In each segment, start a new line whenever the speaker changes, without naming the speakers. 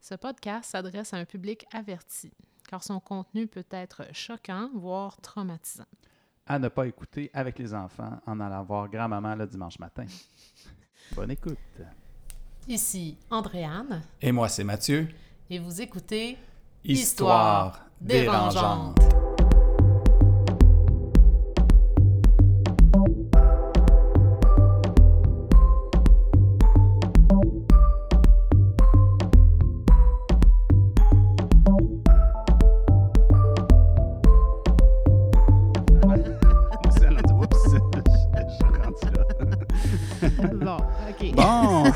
Ce podcast s'adresse à un public averti, car son contenu peut être choquant, voire traumatisant.
À ne pas écouter avec les enfants en allant voir grand-maman le dimanche matin. Bonne écoute.
Ici Andréane,
Et moi, c'est Mathieu.
et vous écoutez
Histoire dérangeante.
Marcel a dit, Oups, je suis rendu là.
Bon, OK.
Bon,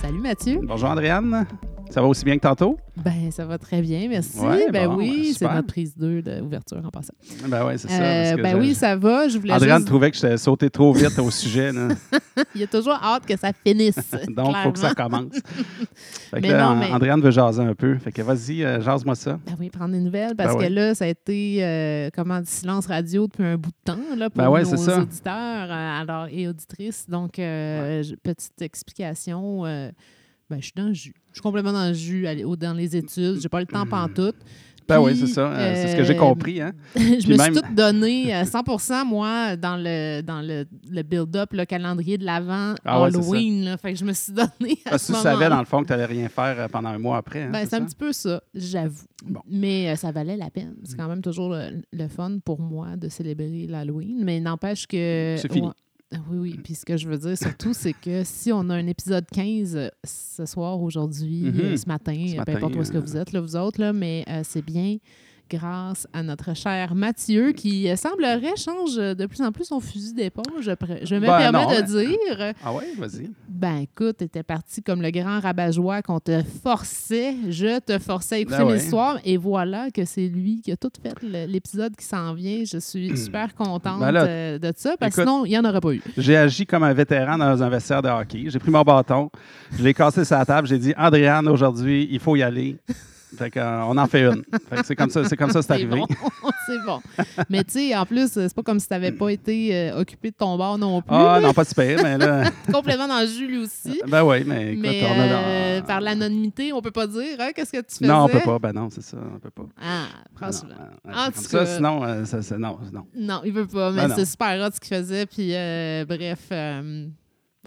Salut Mathieu.
bonjour Andréane. Ça va aussi bien que tantôt?
Ben, ça va très bien, merci.
Ouais,
ben
bon,
oui, c'est
super.
notre prise 2 d'ouverture en passant.
Ben oui, c'est ça.
Euh,
parce que
ben
je-
oui, ça va. Je voulais
Andréane
juste...
trouvait que j'étais sauté trop vite au sujet. là.
Il y a toujours hâte que ça finisse.
Donc, il faut que ça
clairement.
commence. Fait que
Mais
là,
non, mais-
Andréane veut jaser un peu. Fait que vas-y, euh, jase-moi ça.
Ben oui, prendre des nouvelles, parce
Ben
que
oui.
là, ça a été, euh, comment dire, silence radio depuis un bout de temps là, pour
Ben ouais, c'est
nos
ça.
auditeurs euh, alors, et auditrices. Donc, euh, je- petite explication. euh, ben, je suis dans le jus. Je suis complètement dans le jus, allez, au- dans les études. J'ai pas le temps pantoute.
Hmm. Ben oui,
Puis,
c'est ça. euh, c'est ce que
euh,
j'ai compris. Hein?
je
Puis
me
même-
suis toute donnée euh, à 100 moi, dans le, dans le, le build-up, le calendrier de l'avant,
Ah ouais, c'est ça.
Halloween. là. fait que je me suis donnée à
Parce
ce
que tu savais,
moment-là.
dans le fond, que tu n'allais rien faire euh, pendant un mois après. hein,
Ben,
c'est
c'est un
ça?
petit peu ça, j'avoue.
Bon. Mm.
Mais euh, ça valait la peine. C'est quand même toujours le, le fun pour moi de célébrer l'Halloween. Mais n'empêche que.
C'est fini.
Ouais. Ah Oui, oui. Puis ce que je veux dire surtout, c'est que si on a un épisode 15 euh, ce soir, aujourd'hui,
Mhm.
euh, ce matin, euh,
Ce
peu
matin,
importe où est-ce que
euh,
vous êtes, là, vous autres, là, mais euh, c'est bien grâce à notre cher Mathieu qui euh, semblerait change de plus en plus son fusil d'épaule. Je, pr- je me
Ben
permets
non,
de
mais-
dire.
Ah ouais, vas-y.
Ben écoute, t'étais parti comme le grand rabat-joie qu'on te forçait, je te forçais à écouter
Ben ouais.
l'histoire, et voilà que c'est lui qui a tout fait le- l'épisode qui s'en vient. Je suis super contente
Ben là,
euh, de ça, parce que
écoute-
sinon, il n'y en aurait pas eu.
J'ai agi comme un vétéran dans un vestiaire de hockey. J'ai pris mon bâton, je l'ai cassé sur la table, j'ai dit Andréane, aujourd'hui, il faut y aller. Fait que, euh, on en fait une. Fait que c'est comme ça, c'est comme ça, c'est
C'est
arrivé.
bon, c'est bon. Mais tu sais, en plus, euh, c'est pas comme si t'avais pas été euh, occupé de ton bar non plus. là.
Ah non, pas de pire, mais là.
Complètement dans le jus, lui aussi.
Ben oui, mais écoute,
Mais
on a
euh, par l'anonymité, on peut pas dire hein, qu'est-ce que tu faisais.
Non, on peut pas. Ben non, c'est ça, on peut pas.
Ah,
Ah non,
franchement.
euh,
En
c'est
tout
comme ça,
cas-
sinon, euh, ça, ça- non, non.
Non, il veut pas, mais
Ah non.
c'est super hot ce qu'il faisait. Puis euh, bref, euh,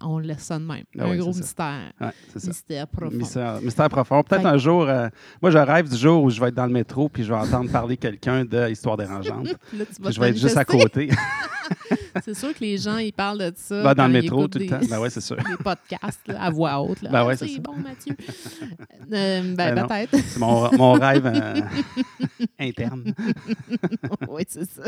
on laisse ça de même.
Ah
un
ouais,
gros
c'est ça.
mystère.
Ouais, c'est ça.
Mystère profond.
Mystère, mystère profond. Peut-être
Fait-
un jour, euh, moi, je rêve du jour où je vais être dans le métro puis je vais entendre parler quelqu'un de Histoire dérangeante.
Puis Là, tu vas
Puis
te
je vais être juste à
manifester.
côté.
C'est sûr que les gens, ils parlent de ça.
Ben, dans
quand
le
ils
métro
écoutent
tout le
des-
temps. Ben oui, c'est sûr.
Des podcasts là, à voix haute. Là.
Ben
Ah,
ouais, c'est
c'est
ça.
bon, Mathieu. Euh, ben,
Ben non.
peut-être.
C'est mon, mon rêve euh, interne.
oui, c'est ça.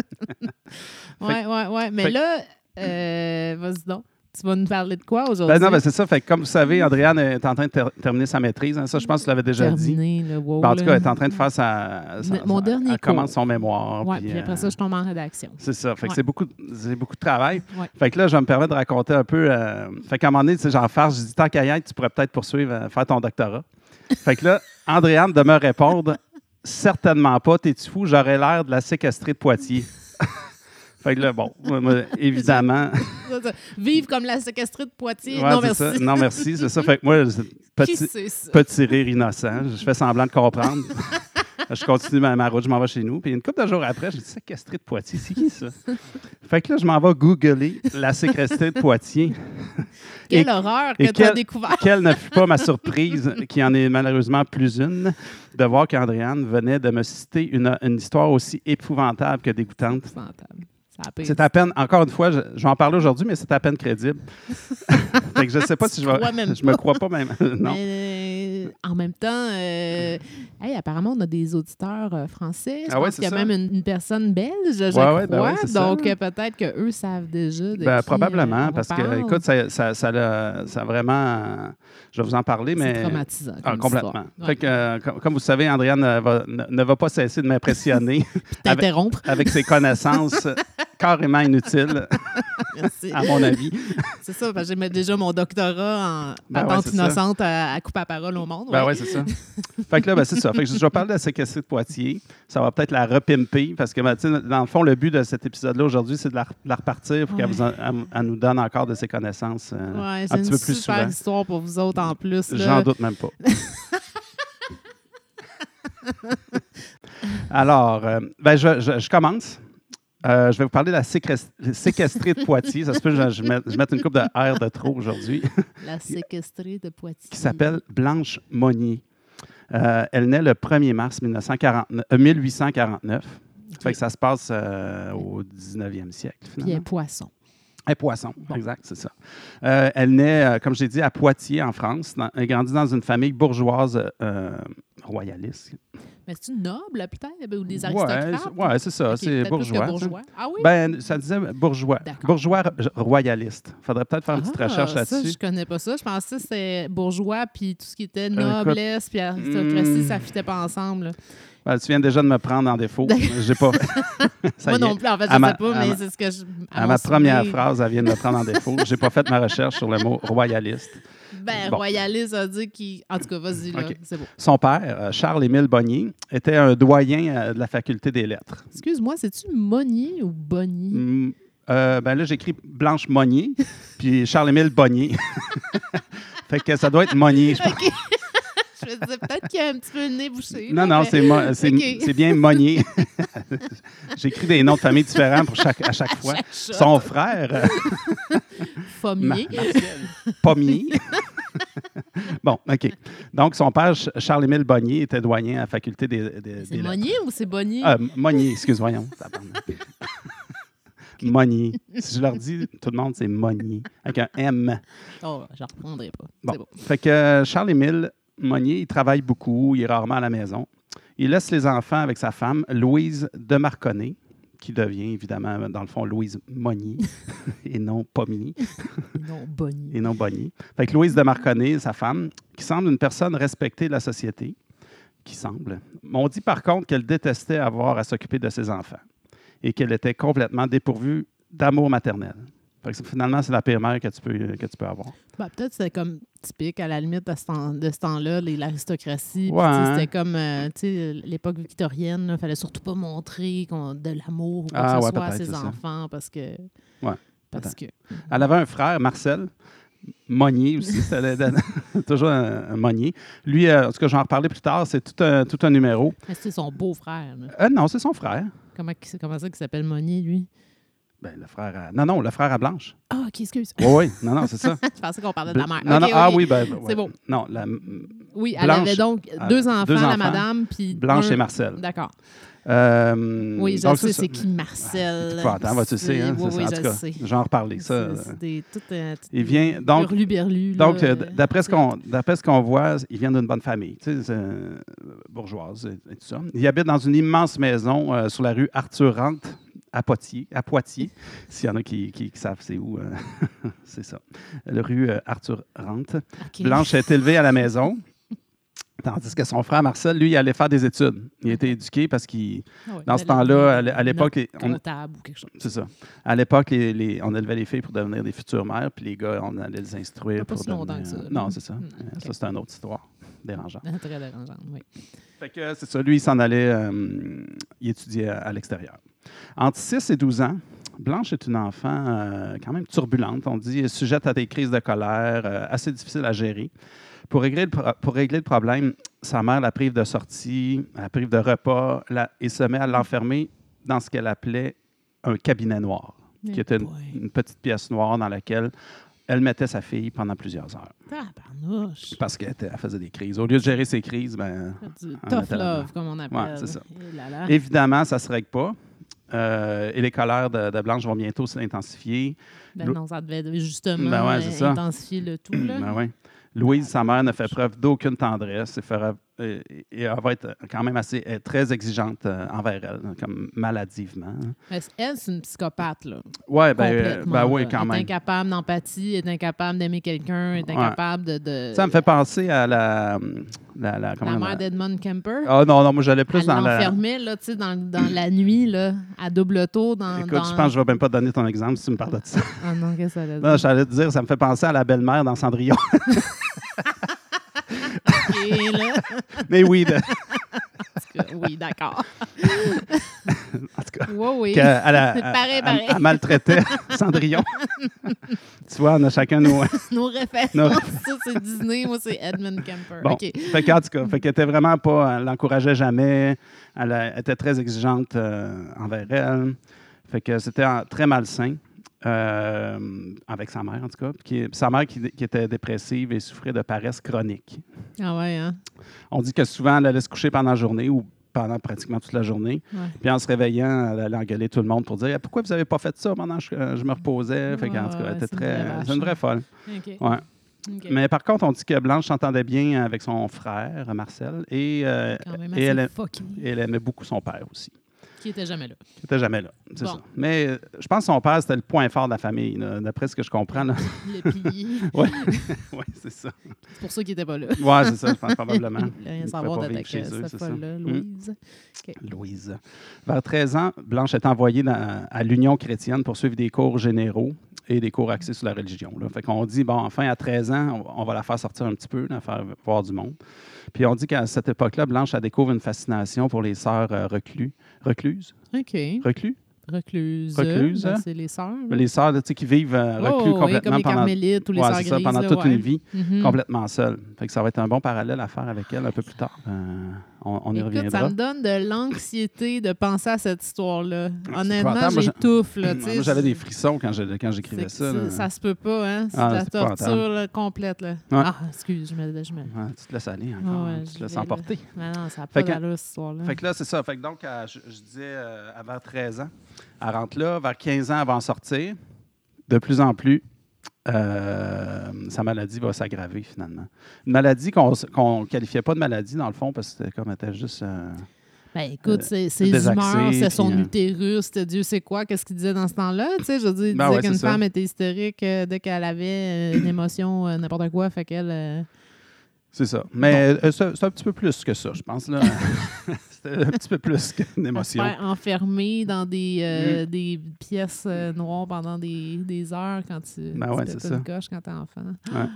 ouais, ouais, ouais. Mais
fait-
là, euh, vas-y donc. Tu vas nous parler de quoi aujourd'hui?
Ben non, ben c'est ça. Fait que comme vous
Mm.
savez, Andréane est en train de ter- terminer sa maîtrise. hein. Ça, je pense que tu l'avais déjà dit.
Terminé, là, wow,
Ben, en tout cas,
là.
elle est en train de faire sa. sa-
Mon
sa-
dernier
Elle commence
cours.
son mémoire.
Ouais,
puis,
puis après
euh,
ça, je tombe en rédaction.
C'est ça. Fait que
Ouais.
c'est beaucoup, de- c'est beaucoup de travail.
Ouais.
Fait que là, je vais me permettre de raconter un peu. euh, fait qu'à un moment donné, tu sais, j'en farce, je dis tant qu'à y être, tu pourrais peut-être poursuivre, euh, faire ton doctorat. Fait que là, Andréane de me répondre certainement pas, t'es-tu fou, j'aurais l'air de la séquestrer de Poitiers. fait que là, bon, moi, moi, évidemment.
Ça, ça, Vivre comme la séquestrée de Poitiers.
Ouais,
non,
c'est
merci.
ça. Non, merci, c'est ça. Fait que moi, c'est-
Qui
petit,
c'est ça?
petit rire innocent, je fais semblant de comprendre. Je continue ma, ma route, je m'en vais chez nous. Puis une couple de jours après, je dis séquestré de Poitiers, c'est qui ça? Fait que là, je m'en vais googler la séquestrée de Poitiers.
Quelle
Et-
horreur que
et
tu as
quel-
découvert.
Quelle ne fut pas ma surprise, qui en est malheureusement plus une, de voir qu'Andréane venait de me citer une, une histoire aussi épouvantable que dégoûtante.
Épouvantable. Ça a pire.
C'est à peine, encore une fois, je, je vais en parler aujourd'hui, mais c'est à peine crédible. fait que je ne sais pas si je vais.
crois même
je me crois pas même. non.
Mais, euh, en même temps, euh, hey, apparemment, on a des auditeurs euh, français. Je
Ah ouais,
pense
c'est
qu'il y a
ça.
même une, une personne belge, je
Ouais, ouais, ben
crois.
ouais, c'est ça.
donc, euh, peut-être qu'eux savent déjà. De
Ben,
qui, euh,
probablement,
on
parce
parle.
que, écoute, ça, ça, ça, l'a- ça a vraiment. euh, Je vais vous en parler,
C'est
mais.
traumatisant.
Ah,
comme
complètement.
histoire.
Fait
Ouais.
que, euh, com- comme vous le savez, Andréane euh, va- ne, ne va pas cesser de m'impressionner avec-
T'interrompre,
avec ses connaissances euh, carrément inutiles,
merci.
à mon avis.
C'est ça, parce que j'ai déjà mon doctorat en
Ben ouais,
attente
c'est ça.
innocente à, à couper la parole au monde.
Ben
ouais.
ouais, c'est ça. fait que là, ben, c'est ça. Fait que je je vais parler de la séquestrée de Poitiers. Ça va peut-être la repimper parce que, ben, tu sais, dans le fond, le but de cet épisode-là aujourd'hui, c'est de la, de la repartir pour qu'elle
Ouais.
vous en- elle- elle nous donne encore de ses connaissances euh,
Ouais,
un
c'est une
petit peu plus
super
souvent.
histoire pour vous autres en plus. là.
J'en doute même pas. Alors, euh, ben, je, je- je commence. Euh, je vais vous parler de la sécres- séquestrée de Poitiers. Ça se peut que je, je mette- je mette une coupe de R de trop aujourd'hui.
La séquestrée de Poitiers.
qui s'appelle hein? Blanche Monnier. Euh, elle naît le 1er mars 1949 euh, 1849. Ça fait que ça se passe euh, au 19e siècle,
Puis
finalement.
un poisson.
Un poisson, exact, c'est ça. Euh, elle naît, euh, comme je l'ai dit, à Poitiers, en France. Dans- elle grandit dans une famille bourgeoise euh, royaliste.
Mais c'est-tu noble, peut-être? Ou des
Ouais,
aristocrates?
c'est- ouais, c'est ça,
Ok,
c'est
peut-être plus que
bourgeois. ça.
bourgeois. Ah oui?
Ben, ça disait bourgeois.
D'accord.
Bourgeois r- royaliste. Faudrait peut-être faire une petite
Ah,
recherche
Ça,
là-dessus. Euh,
je connais pas ça. Je pensais que c'était bourgeois, puis tout ce qui était noblesse, puis aristocratie,
hmm.
ça fitait pas ensemble. là.
Ben, tu viens déjà de me prendre en défaut. J'ai pas. Ça
Moi
y est.
non plus, en fait, je
À ma-
sais pas,
à
mais
ma-
c'est ce que je.
À
mon
ma première
souvenir.
phrase, elle vient de me prendre en défaut. J'ai pas fait ma recherche sur le mot royaliste.
Ben,
Bon.
royaliste a dit qu'il. En tout cas, vas-y, là.
Ok.
C'est bon.
Son père, euh, Charles-Émile Bonnier, était un doyen euh, de la faculté des lettres.
Excuse-moi, c'est-tu Monnier ou Bonnier?
Hmm, euh, ben là, j'écris Blanche Monnier, puis Charles-Émile Bonnier. fait que ça doit être Monnier, je pense.
Je me disais peut-être qu'il y a un petit peu le nez bouché. là,
Non, non,
mais-
c'est Mo- c'est-
Ok.
c'est bien Monnier. j'écris des noms de famille différents pour chaque, à chaque fois.
Chachotte,
Son frère, euh,
Pommier.
pommier. bon, OK. Donc, son père, Ch- Charles-Émile Bonnier, était doyen à la faculté des, des- des
C'est
lettres.
Monnier ou c'est Bonnier?
Euh, Monnier, excuse, voyons. tabarnak. Monnier. Si je leur dis, tout le monde, c'est Monnier, avec un M.
Oh, j'en reprendrai pas.
Bon.
C'est bon.
Fait que euh, Charles-Émile Monnier, il travaille beaucoup, il est rarement à la maison. Il laisse les enfants avec sa femme, Louise de Marconnet, qui devient évidemment, euh, dans le fond, Louise Monnier et non Pommier.
Non, Bonnier.
et non Bonnie. Fait que Louise de Marconnet, sa femme, qui semble une personne respectée de la société, qui semble. On dit par contre qu'elle détestait avoir à s'occuper de ses enfants et qu'elle était complètement dépourvue d'amour maternel. Fait que finalement, c'est la pire mère que tu peux, euh, que tu peux avoir.
Ben, peut-être c'était comme typique à la limite de ce temps- de ce temps-là, les- l'aristocratie. Puis,
Ouais,
tu sais,
hein.
C'était comme euh, tu sais, l'époque victorienne. Il fallait surtout pas montrer qu'on- de l'amour ou quoi
Ah,
que ce
ouais,
soit à
peut-être,
ses
c'est ça.
enfants parce que.
Ouais,
Parce que.
Elle avait un frère, Marcel. Monnier aussi, c'était toujours un, un Monnier. Lui, euh, en tout cas, j'en reparlerai plus tard, c'est tout un, tout un numéro.
Mais c'est son beau-frère. là.
Euh, non, c'est son frère.
Comment, qu'il- comment ça qu'il s'appelle Monnier, lui?
Ben, le frère à- Non, non, le frère à Blanche.
Ah, ok, excuse.
Oui, oui, non, non, c'est ça.
Je pensais qu'on parlait de la mère.
Non,
Ok,
non, ah
ok.
oui, ben, ouais.
C'est bon.
Non, la,
Oui, elle
Blanche, Euh,
avait donc deux enfants,
deux
la
enfants,
madame, puis.
Blanche
un-
et Marcel.
D'accord.
Euh,
Oui, je
donc,
sais
ça. Ah,
c'est qui Marcel.
Écoute, attends, vas-tu
C'est-
sais, hein,
Oui,
c'est
oui,
ça. En
je
tout cas,
sais.
j'en reparler, ça. euh,
C'est- c'est des- tout, euh, tout-
Il vient, donc,
Hurlu-berlu, là,
donc euh,
euh,
d'après ce qu'on d'après ce qu'on voit, il vient d'une bonne famille, tu sais, c'est, euh, bourgeoise et, et tout ça. Il habite dans une immense maison euh, sur la rue Arthur Rente à Poitiers, à Poitiers, s'il y en a qui, qui- qui savent c'est où, euh, c'est ça. La rue euh, Arthur Rente.
OK.
Blanche est élevée à la maison. Tandis que son frère Marcel, lui, il allait faire des études. Il a été éduqué parce qu'il.
Ah ouais,
Dans ce
ben,
temps-là, à
le-
l'é- à l'époque,
notre
on-
comptable ou quelque chose.
C'est ça. À l'époque, les- les- on élevait les filles pour devenir des futures mères, puis les gars, on allait les instruire.
Pas
pour
si longtemps
devenir-
que ça, là.
Non, c'est ça.
Mm,
Euh,
ok.
Ça, c'est une autre histoire. Dérangeante.
Très dérangeant, oui.
Fait que euh, c'est ça. Lui, il s'en allait. euh, il étudiait à, à l'extérieur. Entre 6 et 12 ans, Blanche est une enfant euh, quand même turbulente. On dit sujette à des crises de colère, euh, assez difficile à gérer. Pour régler, le pro- pour régler le problème, sa mère la prive de sortie, la prive de repas la- et se met à l'enfermer dans ce qu'elle appelait un cabinet noir, qui
Eh
était une,
boy.
une petite pièce noire dans laquelle elle mettait sa fille pendant plusieurs heures
Tabarnouche.
parce qu'elle était- elle faisait des crises. Au lieu de gérer ses crises, ben,
Du
Ah,
tough
attends.
love, comme on appelle.
Ouais, c'est ça.
Eh là là.
Évidemment, ça ne se règle pas. Euh, et les colères de, de Blanche vont bientôt s'intensifier.
Ben non, ça devait justement
Ben ouais, c'est
euh,
ça.
intensifier le tout. Là. Ah,
Ben ouais. Louise, sa mère, ne fait preuve d'aucune tendresse et, fera- et- et elle va être quand même assez euh, très exigeante euh, envers elle, comme maladivement. hein.
Mais elle, c'est une psychopathe. Là,
Ouais, ben, euh,
complètement,
ben oui,
là.
quand
Elle est
même.
incapable d'empathie, elle est incapable d'aimer quelqu'un, elle est
Ouais.
incapable de. de-
Ça me fait penser à la. La, la- comment
la
on
mère
a-
d'Edmond Kemper.
Ah non, non, moi j'allais plus
elle
dans la.
l'enfermait là, tu sais, dans, dans la nuit, là, à double tour. Dans,
Écoute,
dans-
je pense que je vais même pas te donner ton exemple si tu me parles de ça.
Ah non, qu'est-ce que ça allait
Non,
dire?
j'allais te dire, ça me fait penser à la belle-mère dans Cendrillon.
Et là,
Mais oui, de-
oui, d'accord.
en tout cas. cas.
Oui, oui.
Qu'elle elle- elle-
pareil,
elle-
pareil.
elle maltraitait Cendrillon. tu vois, on a chacun nos.
Nos références,
Non.
ça, c'est Disney. Moi, c'est Edmund Kemper.
Bon,
OK.
fait qu'en tout cas, fait qu'elle était vraiment pas, elle l'encourageait jamais, elle, euh, était très exigeante euh, envers elle, fait que c'était euh, très malsain euh, avec sa mère en tout cas, qui, sa mère qui, qui était dépressive et souffrait de paresse chronique.
Ah ouais, hein?
On dit que souvent elle allait se coucher pendant la journée ou pendant pratiquement toute la journée,
Ouais.
puis en se réveillant, elle allait engueuler tout le monde pour dire pourquoi vous avez pas fait ça pendant que je, euh, je me reposais, fait qu'en
Ouais,
tout cas,
ouais,
elle était
c'est une vraie
très,
vache,
c'est une vraie
hein.
folle,
OK.
ouais.
OK.
Mais par contre, on dit que Blanche s'entendait bien avec son frère, Marcel, et, euh,
Quand même
et
assez
elle, aim-
fucking.
et elle aimait beaucoup son père aussi,
Qui était jamais là.
qui n'était jamais là. c'est
Bon.
ça. Mais euh, je pense que son père, c'était le point fort de la famille, là, d'après ce que je comprends. là.
Le pilier.
Ouais. ouais, c'est ça.
C'est pour ça qu'il était pas là.
Ouais, c'est ça, je pense probablement.
Il voulait rien
Il
savoir
pouvait pas
d'attaque
vivre chez eux,
cette
c'est ça.
folle-là,
Mm.
Louise.
Louise. Vers 13 ans, Blanche est envoyée dans- à l'Union chrétienne pour suivre des cours généraux et des cours axés sur la religion. là. Fait qu'on dit, bon, enfin, à 13 ans, on, on va la faire sortir un petit peu, la faire voir du monde. Puis on dit qu'à cette époque-là, Blanche, elle découvre une fascination pour les sœurs euh, reclus, recluses.
OK.
Reclus?
Recluse.
Recluse,
Ben,
hein?
c'est les sœurs. là.
Les sœurs là, tu sais, qui vivent euh,
Oh,
reclus
oui,
complètement
comme les
pendant,
carmélites ou les
Ouais,
sœurs
c'est ça,
grises,
pendant
là,
toute
ouais.
une vie,
Mhm.
complètement seule. Fait que ça va être un bon parallèle à faire avec elle un peu plus tard. Euh, on, on y
Écoute,
reviendra.
ça me donne de l'anxiété de penser à cette histoire-là. Honnêtement,
épouvantable. Moi, j'a-
j'étouffe. là, tu sais.
Moi, j'avais des frissons quand je- quand j'écrivais
C'est-
ça.
c'est-
là.
Ça se peut pas, hein? C'est
Ah,
de la
c'est épouvantable.
torture là, complète. Là. Ah, excuse, je me. Je me...
Ouais, tu te laisses aller
Ah
encore,
ouais,
hein, tu
je
te laisses
vais, là.
emporter.
Mais non, ça n'a pas
Fait que-
d'allure, cette histoire-là.
Fait que là, c'est ça. Fait que donc, à- je, je disais, euh, à vers 13 ans, elle rentre là, vers 15 ans, avant de sortir. De plus en plus, euh, sa maladie va s'aggraver finalement. Une maladie qu'on ne qualifiait pas de maladie, dans le fond, parce que c'était comme elle était juste. euh,
Ben écoute,
Euh,
c'est ses
désaxé,
humeurs, c'est
puis,
son
euh,
utérus, c'était Dieu sait quoi, qu'est-ce qu'il disait dans ce temps-là, tu sais, je veux dire, il
Ben
disait
ouais,
qu'une
c'est ça.
femme était hystérique euh, dès qu'elle avait euh, une émotion, euh, n'importe quoi, fait qu'elle... euh,
C'est ça. Mais euh, c'est c'est un petit peu plus que ça, je pense. là. C'était un petit peu plus qu'une
elle se
émotion.
faire enfermer dans des,
Mm.
euh, des pièces euh, noires pendant des, des heures quand tu,
Ben
tu
ouais,
te
c'est
fais une
ça.
coche quand t'es enfant.
Ouais.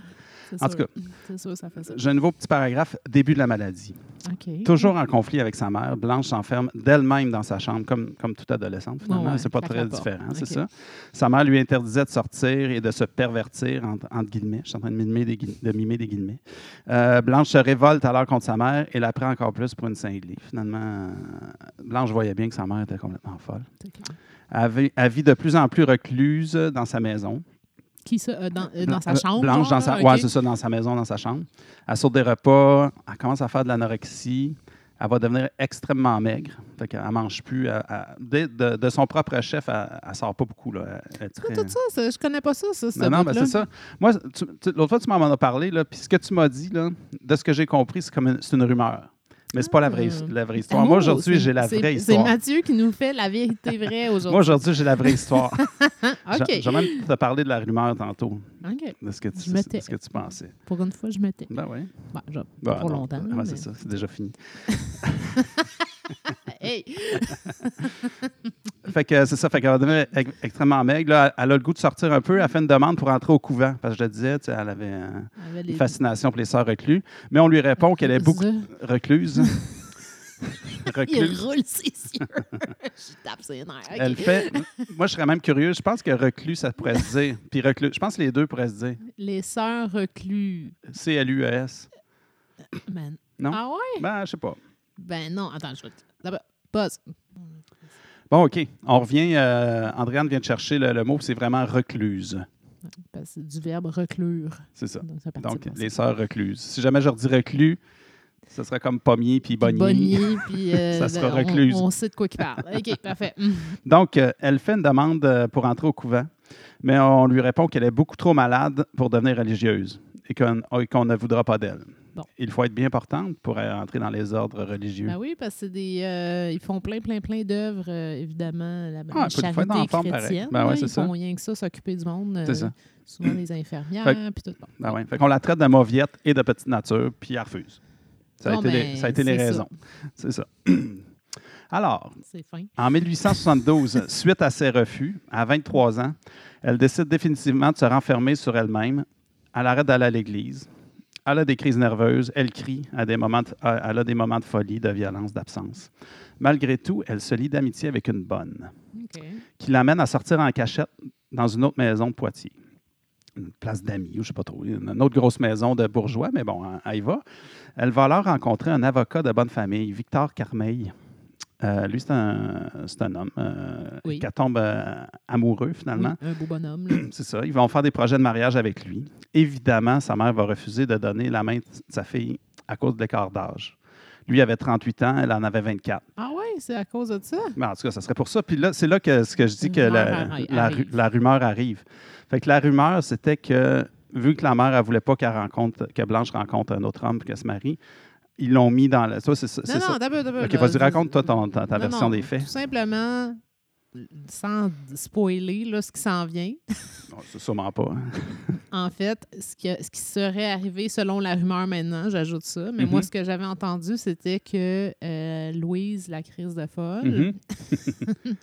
C'est
En
sûr.
tout cas.
C'est sûr, ça fait ça.
J'ai un nouveau petit paragraphe, début de la maladie.
OK.
Toujours en conflit avec sa mère, Blanche s'enferme d'elle-même dans sa chambre, comme, comme toute adolescente, finalement.
Ouais, ouais,
c'est pas
claque
très
la porte.
différent, c'est
Ok.
ça. Sa mère lui interdisait de sortir et de se pervertir, entre, entre guillemets. Je suis en train de mimer des, guil- de mimer des guillemets. Euh, Blanche se révolte alors contre sa mère et la prend encore plus pour une cinglée. Finalement, euh, Blanche voyait bien que sa mère était complètement folle.
C'est clair.
Elle vit, elle vit de plus en plus recluse dans sa maison.
Qui ça? euh, dans, euh, dans sa
Bla-
chambre?
Blanche,
genre,
dans sa,
là?
ouais,
OK.
c'est ça, dans sa maison, dans sa chambre. Elle saute des repas, elle commence à faire de l'anorexie, elle va devenir extrêmement maigre. Fait qu'elle mange plus. elle- elle- dès- de, de son propre chef, elle, elle sort pas beaucoup. Là. Elle- elle est
Quoi,
très-
tout ça, ça, je connais pas ça, ça, ce
non, non, mais
bout-là.
c'est ça. Moi, tu- tu- l'autre fois, tu m'en as parlé, là, puis ce que tu m'as dit, là, de ce que j'ai compris, c'est comme une, c'est une rumeur. Mais c'est pas la vraie,
Ah.
la vraie histoire. Moi,
Oh,
aujourd'hui,
c'est-
j'ai la
c'est-
vraie
C'est
histoire.
Mathieu qui nous fait la vérité vraie
Moi,
aujourd'hui.
aujourd'hui, j'ai la vraie histoire.
Ah,
J'ai-
OK.
J'ai même te parlé de la rumeur tantôt,
OK.
de ce que tu,
Je me tais.
de ce que tu pensais.
Pour une fois, je me tais.
Ben oui.
Bon, je-
Bon,
pour
non,
longtemps.
ouais,
mais-
c'est ça, c'est déjà fini.
Hey!
Fait que euh, c'est ça, fait qu'elle va devenir ex- extrêmement maigre. Là, elle a le goût de sortir un peu, elle fait une demande pour entrer au couvent. Parce que je te disais, tu sais, elle avait euh,
Avec les-
une fascination pour les sœurs reclus. Mais on lui répond qu'elle est beaucoup recluse.
Il
recluse.
roule ses yeux. je tape ses nerfs. OK.
Elle fait. Moi, je serais même curieux. Je pense que reclus, ça pourrait se dire. Puis reclus, je pense que les deux pourraient se dire.
Les sœurs reclus.
C-L-U-E-S.
Man.
Non.
Ah ouais?
E Ben, je sais pas.
Ben non, attends, je vais. D'abord, Pause.
Bon, OK. On revient. euh, Andréane vient de chercher le, le mot, puis c'est vraiment recluse.
Parce que C'est du verbe reclure.
C'est ça.
Donc, ça participe
Bah, Donc,
à ça.
les sœurs recluses. Si jamais je redis reclus, ce serait comme pommier
Puis
puis bonnier.
Bonnier, puis euh,
Ça sera
on-
recluse.
On, sait de quoi qu'il parle. OK, parfait. Mm.
Donc, euh, elle fait une demande euh, pour entrer au couvent, mais on lui répond qu'elle est beaucoup trop malade pour devenir religieuse et qu'on oh, et qu'on ne voudra pas d'elle.
Bon.
Il faut être bien portante pour euh, entrer dans les ordres religieux.
Ben oui, parce que c'est des, euh, ils font plein, plein, plein d'œuvres, euh, évidemment, la
Ah, puis
charité
il faut être en forme, pareil.
chrétienne.
Ben ouais,
là,
c'est
ils
ça.
font rien que ça, s'occuper du monde. euh,
C'est ça.
Souvent des infirmières,
Fait-
puis tout. Bon.
Ah ouais. Fait qu'on la traite de mauviette et de petite nature, puis elle refuse. Ça a
Bon,
été, les-
ben,
ça a été les
c'est ça.
raisons. C'est ça. Alors,
C'est fin.
En 1872, suite à ses refus, à 23 ans, elle décide définitivement de se renfermer sur elle-même. Elle arrête d'aller à l'église. Elle a des crises nerveuses, elle crie, à des moments de- euh, elle a des moments de folie, de violence, d'absence. Malgré tout, elle se lie d'amitié avec une bonne,
OK.
qui l'amène à sortir en cachette dans une autre maison de Poitiers. Une place d'amis, ou je sais pas trop, une une autre grosse maison de bourgeois, mais bon, hein, elle- elle y va. Elle va alors rencontrer un avocat de bonne famille, Victor Carmeil. Euh, lui, c'est un, c'est un homme euh,
Oui.
qui tombe euh, amoureux finalement.
Oui, un beau bonhomme. là.
C'est ça. Ils vont faire des projets de mariage avec lui. Évidemment, sa mère va refuser de donner la main de sa fille à cause de l'écart d'âge. Lui avait 38 ans, elle en avait 24.
Ah ouais, c'est à cause de ça?
Mais en tout cas, ça serait pour ça. Puis là, c'est là que, ce que je dis que la,
Rumeur arri-
la ru-
arrive.
la rumeur arrive. Fait que la rumeur, c'était que, vu que la mère, elle voulait pas qu'elle rencontre, que Blanche rencontre un autre homme, qu'elle se marie, ils l'ont mis dans le. Ça, c'est ça.
Non,
c'est
non,
ça.
t'as peu, t'as peu.
Ok,
là.
vas-y, raconte-toi ton- ta- ta
Non,
version
non,
des faits.
Tout simplement, sans spoiler là, ce qui s'en vient,
Oh, c'est sûrement pas. hein.
en fait, ce qui, ce qui serait arrivé selon la rumeur maintenant, j'ajoute ça, mais
Mhm.
moi, ce que j'avais entendu, c'était que euh, Louise, la crise de folle,
Mhm.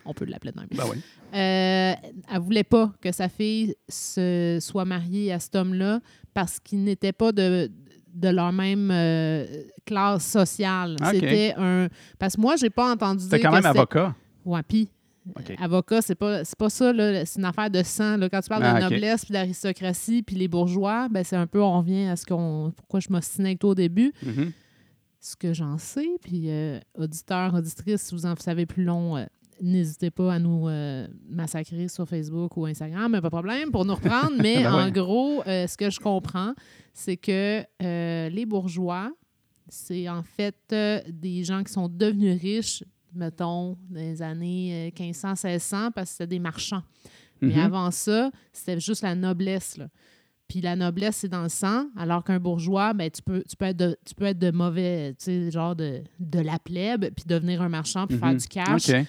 on peut l'appeler de même,
Ben oui.
euh, elle voulait pas que sa fille se soit mariée à cet homme-là parce qu'ils n'étaient pas de, de leur même euh, classe sociale.
Ah, Ok.
C'était un... Parce que moi, j'ai pas entendu
C'était
dire
quand
que
même
c'était-
avocat.
Ouais, puis
OK.
avocat, c'est pas c'est pas ça là, c'est une affaire de sang là. quand tu parles
Ah,
de
ok.
noblesse, puis d'aristocratie, puis les bourgeois, ben c'est un peu on revient à ce qu'on pourquoi je m'ostinais avec toi au début,
Mhm.
ce que j'en sais, puis euh, auditeurs, auditrices, si vous en savez plus long euh, N'hésitez pas à nous euh, massacrer sur Facebook ou Instagram, pas de problème, pour nous reprendre. Mais
Ben
en
ouais.
gros, euh, ce que je comprends, c'est que euh, les bourgeois, c'est en fait euh, des gens qui sont devenus riches, mettons, dans les années euh, 1500-1600, parce que c'était des marchands. Mais
Mhm.
avant ça, c'était juste la noblesse. là. Puis la noblesse, c'est dans le sang, alors qu'un bourgeois, ben, tu, peux, tu, peux être de, tu peux être de mauvais, tu sais, genre de, de la plèbe, puis devenir un marchand, puis faire
Mhm.
du cash.
OK.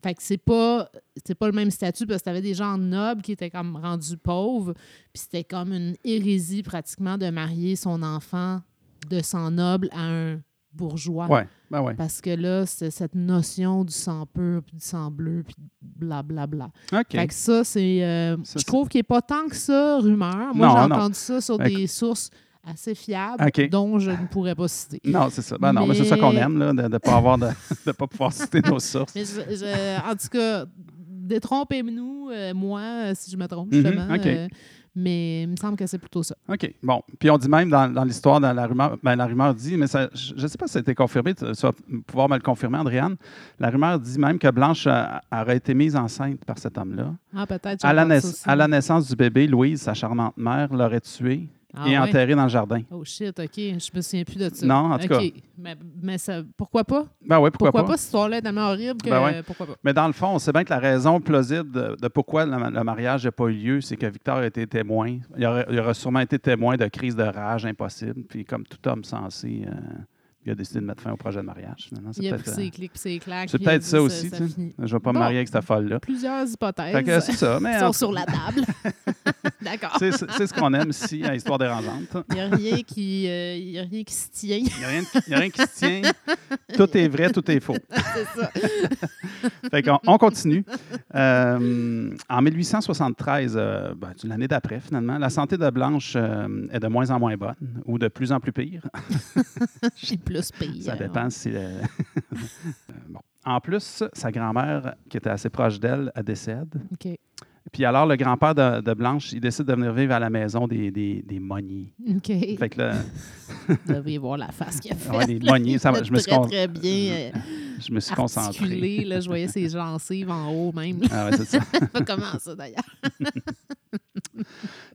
Fait que c'est pas c'est pas le même statut parce que t'avais des gens nobles qui étaient comme rendus pauvres, puis c'était comme une hérésie pratiquement de marier son enfant de sang noble à un bourgeois.
Ouais. Ben ouais.
Parce que là, c'est cette notion du sang pur, puis du sang bleu, puis blablabla. Bla.
OK.
Fait que ça, c'est. euh,
Ça,
je
c'est-
trouve qu'il n'est pas tant que ça, rumeur. Moi,
Non,
j'ai
non.
entendu ça sur
Fait que-
des sources assez fiables,
Ok.
dont je ne pourrais pas citer.
Non, c'est ça. Ben non, mais c'est ça qu'on
Mais-
aime, là, de ne pas avoir de, de pas pouvoir citer nos sources.
Mais je- je- en tout cas, détrompez-nous, euh, moi, euh, si je me trompe, justement.
Mhm, ok.
euh, mais il me semble que c'est plutôt ça.
OK. Bon. Puis on dit même dans, dans l'histoire, dans la rumeur, ben, la rumeur dit, mais ça, je ne sais pas si ça a été confirmé, tu tu vas pouvoir me le confirmer, Andréane. La rumeur dit même que Blanche euh, aurait été mise enceinte par cet homme-là.
Ah, peut-être. j'ai
À, la
entendu ça
naiss-
aussi.
à la naissance du bébé, Louise, sa charmante mère, l'aurait tué
Ah,
et
ouais?
enterrée dans le jardin.
Oh shit, OK. Je me souviens plus de ça.
Non, en tout
OK. Mais, mais ça, pourquoi pas?
Ben oui, pourquoi,
Pourquoi,
pas?
pas? Cette histoire-là est tellement horrible que.
Ben ouais.
Pourquoi pas?
Mais dans le fond, on sait bien que la raison plausible de, de pourquoi le, le mariage n'a pas eu lieu, c'est que Victor a été témoin. Il aurait, il aurait sûrement été témoin de crises de rage impossibles. Puis comme tout homme sensé, euh, il a décidé de mettre fin au projet de mariage. finalement. C'est
Il a
peut-être,
pris ses clics puis ses
euh,
claques.
c'est
puis il a
peut-être
dit,
ça aussi. tu sais.
finit.
Je ne vais pas
Bon.
me marier avec cette folle-là.
Plusieurs
Fait que
hypothèses
c'est ça. Mais en
sont
tout
sur la table. D'accord.
cas, c'est, c'est- c'est ce qu'on aime ici à Histoire dérangeante.
Il n'y a rien qui euh, il y a rien qui se tient.
Il n'y a, rien qui- il y a rien qui se tient. Tout est vrai, tout est faux.
C'est ça.
Fait qu'on- on continue. Euh, en 1873, euh, ben, c'est l'année d'après finalement, la santé de Blanche euh, est de moins en moins bonne ou de plus en plus pire.
J'ai plus pire.
Ça dépend si... euh, bon. En plus, sa grand-mère, qui était assez proche d'elle, elle décède.
OK.
Puis alors, le grand-père de, de Blanche, il décide de venir vivre à la maison des, des, des Monniers.
OK.
Fait que là,
Vous devriez voir la face qu'il a faite.
ouais, les
là.
Monniers, ça, va-
Il
je me suis,
très,
con-
très bien euh,
je me suis concentré.
articulé. Là, je voyais ses gencives en haut même. là.
Ah ouais, c'est ça.
Comment ça, d'ailleurs?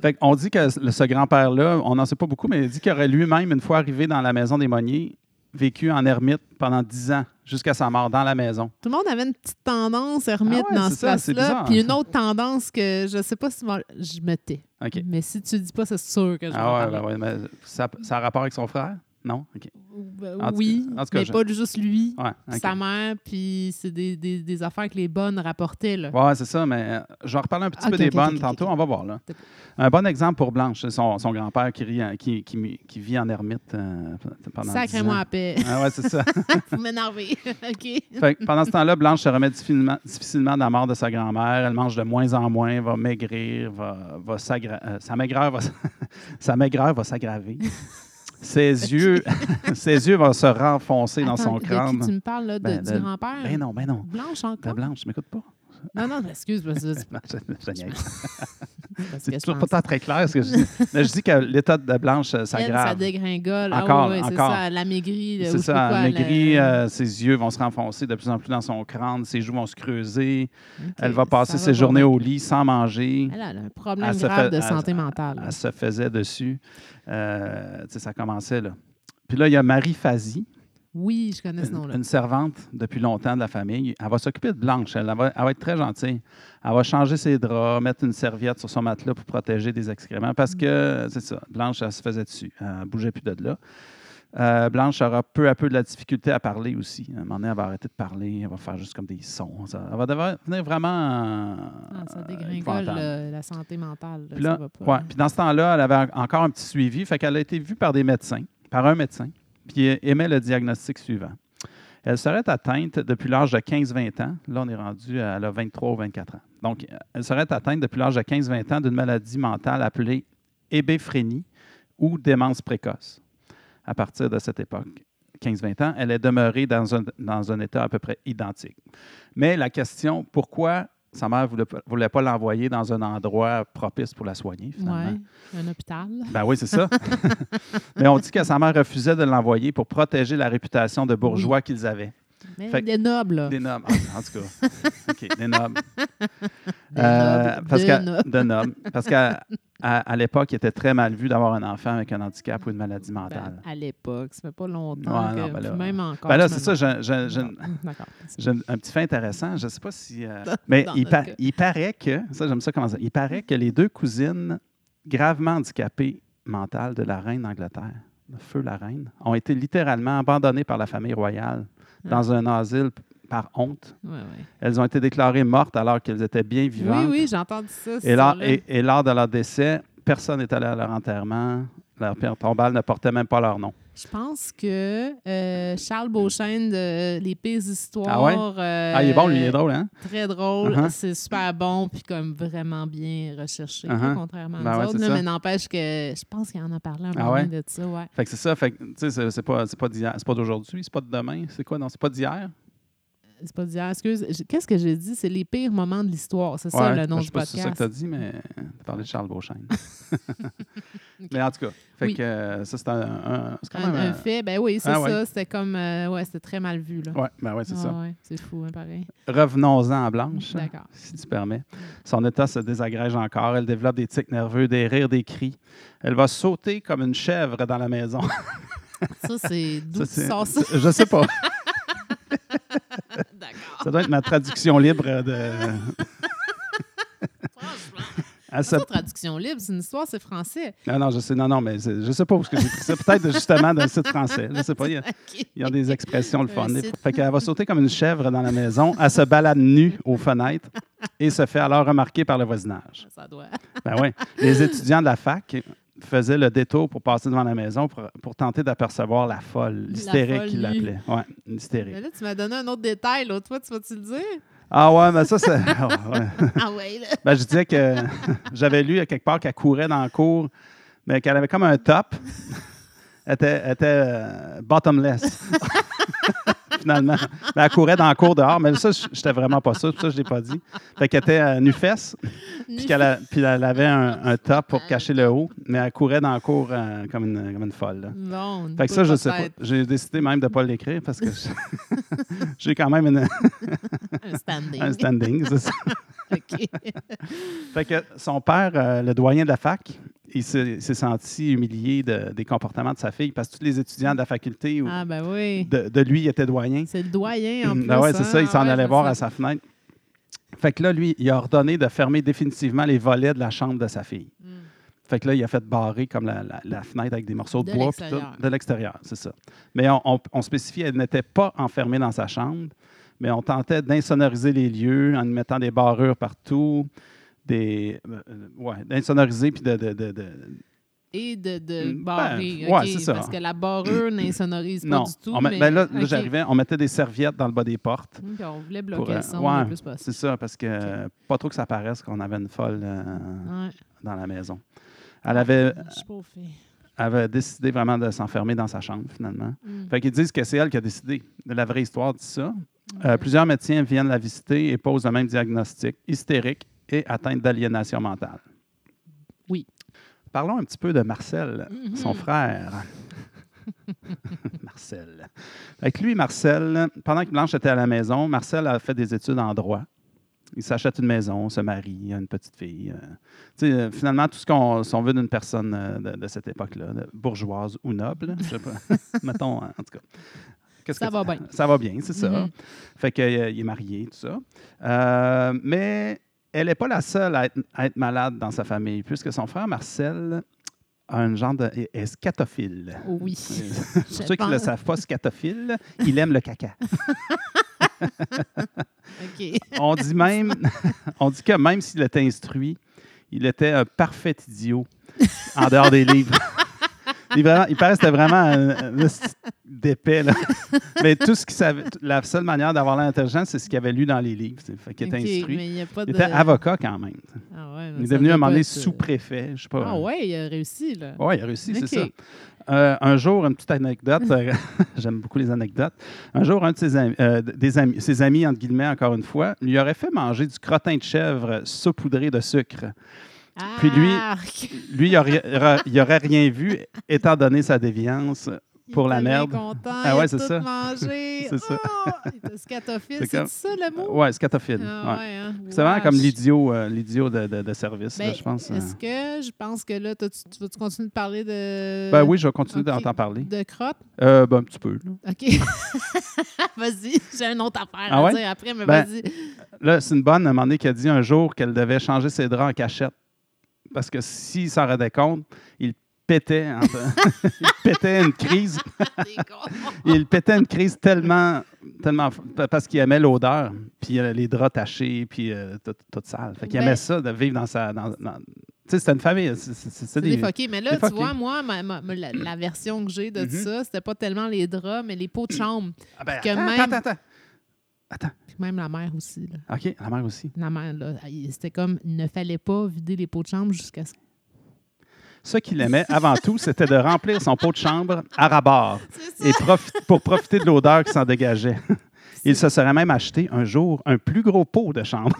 Fait on dit que le- ce grand-père-là, on n'en sait pas beaucoup, mais il dit qu'il aurait lui-même, une fois arrivé dans la maison des Monniers, vécu en ermite pendant 10 ans, jusqu'à sa mort dans la maison.
Tout le monde avait une petite tendance ermite
Ah ouais,
dans
c'est
ce
ça, c'est
place-là.
bizarre.
Puis une autre tendance que je sais pas si... moi- Je me tais.
OK.
Mais si tu dis pas, c'est sûr que je vais en
Ah ouais,
parler.
ben ouais, mais ça, ça a rapport avec son frère? Non? OK.
Ben
En tout
oui,
cas- en tout cas,
mais
je-
pas juste lui.
Ouais, OK.
Sa mère, puis c'est des, des, des affaires que les bonnes rapportaient. Là.
Ouais, c'est ça, mais euh, je vais reparler un petit
Ok,
peu des
ok, ok,
bonnes
ok,
tantôt,
ok.
on va voir là.
D'accord.
Un bon exemple pour Blanche, c'est son, son grand-père qui, rit en- qui, qui- qui vit en ermite euh, pendant 10
Sacrément
ans.
à paix.
Ah ouais, c'est ça.
Vous m'énervez. OK.
Fait que pendant ce temps-là, Blanche se remet difficilement, difficilement de la mort de sa grand-mère. Elle mange de moins en moins, va maigrir, va, va s'aggra- euh, sa maigreur va, s- sa maigreur va s'aggraver. Ses yeux, ses yeux vont se renfoncer dans
Attends,
son
de qui
crâne.
tu me parles, là, de,
Ben,
du
de-
grand-père?
Ben non, ben non.
Blanche
La
encore?
blanche, je m'écoute pas.
Non, non, excuse, parce que,
Non, je- je niaise.
parce que
C'est
je
toujours
pense-
pas tant très clair ce que je dis. Mais je dis que l'état de blanche, euh, ça
elle, ça
grave.
dégringole. Ah
Encore,
ouais, ouais, c'est
encore.
ça, la maigrie. là, ou je
C'est
sais
ça,
pas,
elle maigrit,
la-
euh, ses yeux vont se renfoncer de plus en plus dans son crâne, ses joues vont se creuser,
Ok,
elle va passer
ça
ses
pas
journées
bien.
au lit sans manger.
Elle a un problème
Elle se
grave
fait-
de
elle-
santé
elle-
mentale. là.
Elle se faisait dessus. Euh, tu sais, ça commençait là. Puis là, il y a Marie Fazi,
Oui, je connais ce
une,
nom-là.
une servante depuis longtemps de la famille. Elle va s'occuper de Blanche. Elle, elle va, elle va être très gentille. Elle va changer ses draps, mettre une serviette sur son matelas pour protéger des excréments parce que, c'est ça, Blanche, elle se faisait dessus. Elle ne bougeait plus de là. Euh, Blanche aura peu à peu de la difficulté à parler aussi. À un moment donné, elle va arrêter de parler, elle va faire juste comme des sons. Ça- elle va devenir vraiment. euh,
Ah, ça
épouvantable.
dégringole là, la santé mentale. là,
Puis, là,
ça va pas.
ouais. Puis dans ce temps-là, elle avait encore un petit suivi. Fait qu'elle a été vue par des médecins, par un médecin, puis elle émet le diagnostic suivant. Elle serait atteinte depuis l'âge de 15-20 ans. Là, on est rendu à elle a 23 ou 24 ans. Donc, euh, elle serait atteinte depuis l'âge de 15-20 ans d'une maladie mentale appelée hébéphrenie ou démence précoce. À partir de cette époque, 15-20 ans, elle est demeurée dans un, dans un état à peu près identique. Mais la question, pourquoi sa mère ne voulait, pas- voulait pas l'envoyer dans un endroit propice pour la soigner, finalement?
Ouais, un hôpital.
Ben oui, c'est ça. Mais on dit que sa mère refusait de l'envoyer pour protéger la réputation de bourgeois qu'ils avaient.
Mais
Fait que-
des nobles. là.
Des nobles. Ah, en tout cas. OK, des nobles.
Des
Euh,
nobles,
parce
de
qu'à-
nobles.
de nobles. Parce qu'à à, à l'époque, il était très mal vu d'avoir un enfant avec un handicap ou une maladie
Ben,
mentale.
à l'époque, ça fait pas longtemps.
Ouais,
que,
non, ben là-
puis même encore.
Ben là,
je
c'est
me
ça,
demande.
j'ai- j'ai- j'ai une-
D'accord.
j'ai un- un petit fait intéressant. Je ne sais pas si. euh, mais
Dans
il,
notre
pa-
cas.
il paraît que. Ça, j'aime ça comment ça. Il paraît que les deux cousines gravement handicapées mentales de la reine d'Angleterre, le feu la reine, ont été littéralement abandonnées par la famille royale dans un asile p- par honte.
Ouais, ouais.
Elles ont été déclarées mortes alors qu'elles étaient bien
Oui,
vivantes.
oui, j'ai entendu ça. ce
Et, là-
son-là.
et, et lors de leur décès, personne n'est allé à leur enterrement. Leur pierre tombale ne portait même pas leur nom.
Je pense que euh, Charles Beauchesne de euh, Les Pires Histoires.
Ah ouais?
euh,
ah, il est bon, lui, il est drôle, hein?
Très drôle.
Uh-huh.
C'est super bon, puis comme vraiment bien recherché,
Uh-huh.
là, contrairement à
Ben
nous
ouais,
autres.
c'est
là,
ça.
mais n'empêche que je pense qu'il en a parlé un
Ah
moment
ouais?
de ça. Ouais.
Fait que c'est ça, fait que, tu sais, c'est- c'est pas, c'est pas d'hier, c'est pas d'aujourd'hui, c'est pas de demain, c'est quoi, non, c'est pas d'hier.
C'est pas dire, excuse, j- qu'est-ce que j'ai dit? C'est les pires moments de l'histoire. C'est ça
Ouais, ben,
le nom
je
du
sais pas si c'est ça
podcast.
que t'as dit, mais t'as parlé de Charles Beauchesne. mais en tout cas, fait
Oui.
que euh, ça, c'est un, un- c'est quand
un,
même
un
un-
fait, ben oui, c'est
Ah
ça.
ouais.
C'était comme, euh, ouais, c'était très mal vu. Là.
Ouais, ben ouais, c'est
Ah
ça.
ouais, c'est fou, hein, pareil.
Revenons-en à Blanche,
D'accord.
si tu permets. Son état se désagrège encore. Elle développe des tics nerveux, des rires, des cris. Elle va sauter comme une chèvre dans la maison.
Ça, c'est d'où
Ça,
tu
c'est-
sors ça?
Je sais pas.
D'accord,
Ça doit être ma traduction libre de.
franchement.
Elle se
C'est pas traduction libre, c'est une histoire, c'est français.
Ah Non, non, je sais, non, non, mais c'est- je sais pas où ce que j'ai pris ça. Peut-être justement d'un site français. Je sais pas. Il y a,
OK.
il y a des expressions le fun.
Un site.
Fait qu'elle va sauter comme une chèvre dans la maison. Elle se balade nue aux fenêtres et se fait alors remarquer par le voisinage.
Ça doit.
Ben oui. Les étudiants de la fac faisaient le détour pour passer devant la maison pour, pour tenter d'apercevoir la folle, l'hystérique
folle
qu'il
nue.
l'appelait. Oui, l'hystérique.
Mais là, tu m'as donné un autre détail, l'autre fois, tu vas-tu le dire?
Ah ouais, mais ça, c'est. oh, ouais.
Ah ouais, là.
Ben, je disais que j'avais lu à quelque part qu'elle courait dans la cour, mais qu'elle avait comme un top. Elle était, elle était, euh, bottomless. Finalement. Ben, elle courait dans la cour dehors, mais ça, je n'étais vraiment pas sûr. c'est pour Ça, je l'ai pas dit. Fait qu'elle était euh, nu-fesse, puis qu'elle a- puis elle avait un, un top pour cacher le haut, mais elle courait dans la cour euh, comme, une, comme une folle. là.
Bon, on
Fait que ça,
peut
je sais pas.
peut-être
J'ai décidé même de ne pas l'écrire parce que je- j'ai quand même une-
Un standing.
un standing. c'est ça.
OK.
Fait que son père, euh, le doyen de la fac, il s'est il s'est senti humilié de- des comportements de sa fille parce que tous les étudiants de la faculté ou
Ah, ben oui.
de, de lui étaient doyens.
C'est le doyen, en plus.
Ben ouais, c'est
hein?
ça, il s'en
Ah ouais,
allait
je me
voir à
souviens.
sa fenêtre. Fait que là, lui, il a ordonné de fermer définitivement les volets de la chambre de sa fille.
Mm.
Fait que là, il a fait barrer comme la, la- la fenêtre avec des morceaux de,
De
bois puis tout,
l'extérieur.
de l'extérieur, c'est ça. Mais on, on, on spécifie, elle n'était pas enfermée dans sa chambre, mais on tentait d'insonoriser les lieux en y mettant des barrures partout, des euh, euh, ouais, d'insonoriser puis de, de- de- de-
Et de, de
Ben,
barrer.
ouais,
OK,
c'est ça. Mm,
Parce que la barrure n'insonorise pas
non,
du tout.
on met-
mais...
ben là, là,
OK.
j'arrivais, on mettait des serviettes dans le bas des portes.
Hum, puis on voulait
pour,
bloquer
euh,
le son
ouais,
le plus possible.
c'est ça, parce que euh, pas trop que ça
Ah.
paraisse qu'on avait une folle euh,
Ouais.
dans la maison. Elle avait,
Je suis pas au fait.
avait décidé vraiment de s'enfermer dans sa chambre, finalement.
Mm.
Fait qu'ils disent que c'est elle qui a décidé. La vraie histoire dit ça. Euh, plusieurs médecins viennent la visiter et posent le même diagnostic, hystérique et atteinte d'aliénation mentale.
Oui.
Parlons un petit peu de Marcel,
Mhm.
son frère. Marcel. Fait que lui, Marcel, pendant que Blanche était à la maison, Marcel a fait des études en droit. Il s'achète une maison, se marie, a une petite fille. euh, tu sais, euh, finalement, tout ce qu'on si on veut d'une personne euh, de, de cette époque-là, de- bourgeoise ou noble, je sais pas. Mettons, hein, en tout cas. Qu'est-ce
Ça
que-
va bien.
Ça va bien, c'est ça.
Mhm.
Fait qu'il est marié, tout ça. Euh, mais elle n'est pas la seule à être, à être malade dans sa famille, puisque son frère Marcel a un genre de. est- est scatophile.
Oui.
Pour ceux qui ne le savent pas, scatophile, il aime le caca.
OK.
On dit même, on dit que même s'il était instruit, il était un parfait idiot en dehors des livres. Il, vraiment- il paraît que c'était vraiment un, un esti d'épais. là. Mais tout ce qu'il savait, la seule manière d'avoir l'air intelligent, c'est ce qu'il avait lu dans les livres. c'est- Fait qu'il était
OK,
instruit.
Mais il n'y a pas
Il
de...
était avocat quand même.
Ah ouais, mais
Il est
ça
devenu à un
doit pas
moment donné
être, euh,
sous-préfet. Je sais pas.
Ah ouais, il a réussi, là.
Ouais, il a réussi, c'est ça.
OK.
Euh, un jour, une petite anecdote,
Mm.
euh, j'aime beaucoup les anecdotes. Un jour, un de ses, ami- euh, des amis, ses amis, entre guillemets, encore une fois, lui aurait fait manger du crottin de chèvre saupoudré de sucre. Puis lui-
Arc!
Lui, il aurait, il aurait- il aurait rien vu, étant donné sa déviance.
Il
pour la
était bien
merde.
content,
Ah
il
ouais,
a
c'est
tout
ça.
mangé.
C'est ça.
Ah! Il était scatophile,
C'est
c'est
comme-
ça le mot?
Ouais, scatophile.
Ah
ouais.
ouais, hein?
C'est vraiment
Wesh.
comme l'idiot euh, l'idiot de, de- de service, là,
Ben,
je pense. euh.
Est-ce que je pense que là, toi, tu, tu vas-tu continuer de parler de.
Ben oui, je vais continuer
ok.
d'en t'en parler.
De crotte?
Euh, ben, un petit peu. là.
OK. vas-y, j'ai une autre affaire
Ah
à
ouais?
dire après, mais
Ben,
vas-y.
Là, c'est une bonne, à un moment donné, qui a dit un jour qu'elle devait changer ses draps en cachette. Parce que s'il s'en rendait compte, il pétait, en- il pétait une crise.
T'es con.
Il pétait une crise tellement, tellement f- parce qu'il aimait l'odeur, puis euh, les draps tachés, puis euh, tout, tout sale. Fait qu'il
Ben-
aimait ça de vivre dans sa. dans- dans- Tu sais, c'était une famille. c'est- c'est- C'est c'est
C'est des
des.
fuckés. Mais là,
des
tu
fuckés.
vois, moi, ma- ma- ma- la, la version que j'ai de
Mhm.
ça, c'était pas tellement les draps, mais les pots de chambre.
Ah ben,
que
attends,
même-
attends, attends.
Puis même la mère aussi. Là.
OK, la mère aussi.
La mère, là, il- c'était comme, il ne fallait pas vider les pots de chambre jusqu'à ce que.
Ce qu'il aimait avant tout, c'était de remplir son pot de chambre à rabord. et profi- pour profiter de l'odeur qui s'en dégageait. Il se serait même acheté un jour un plus gros pot de chambre.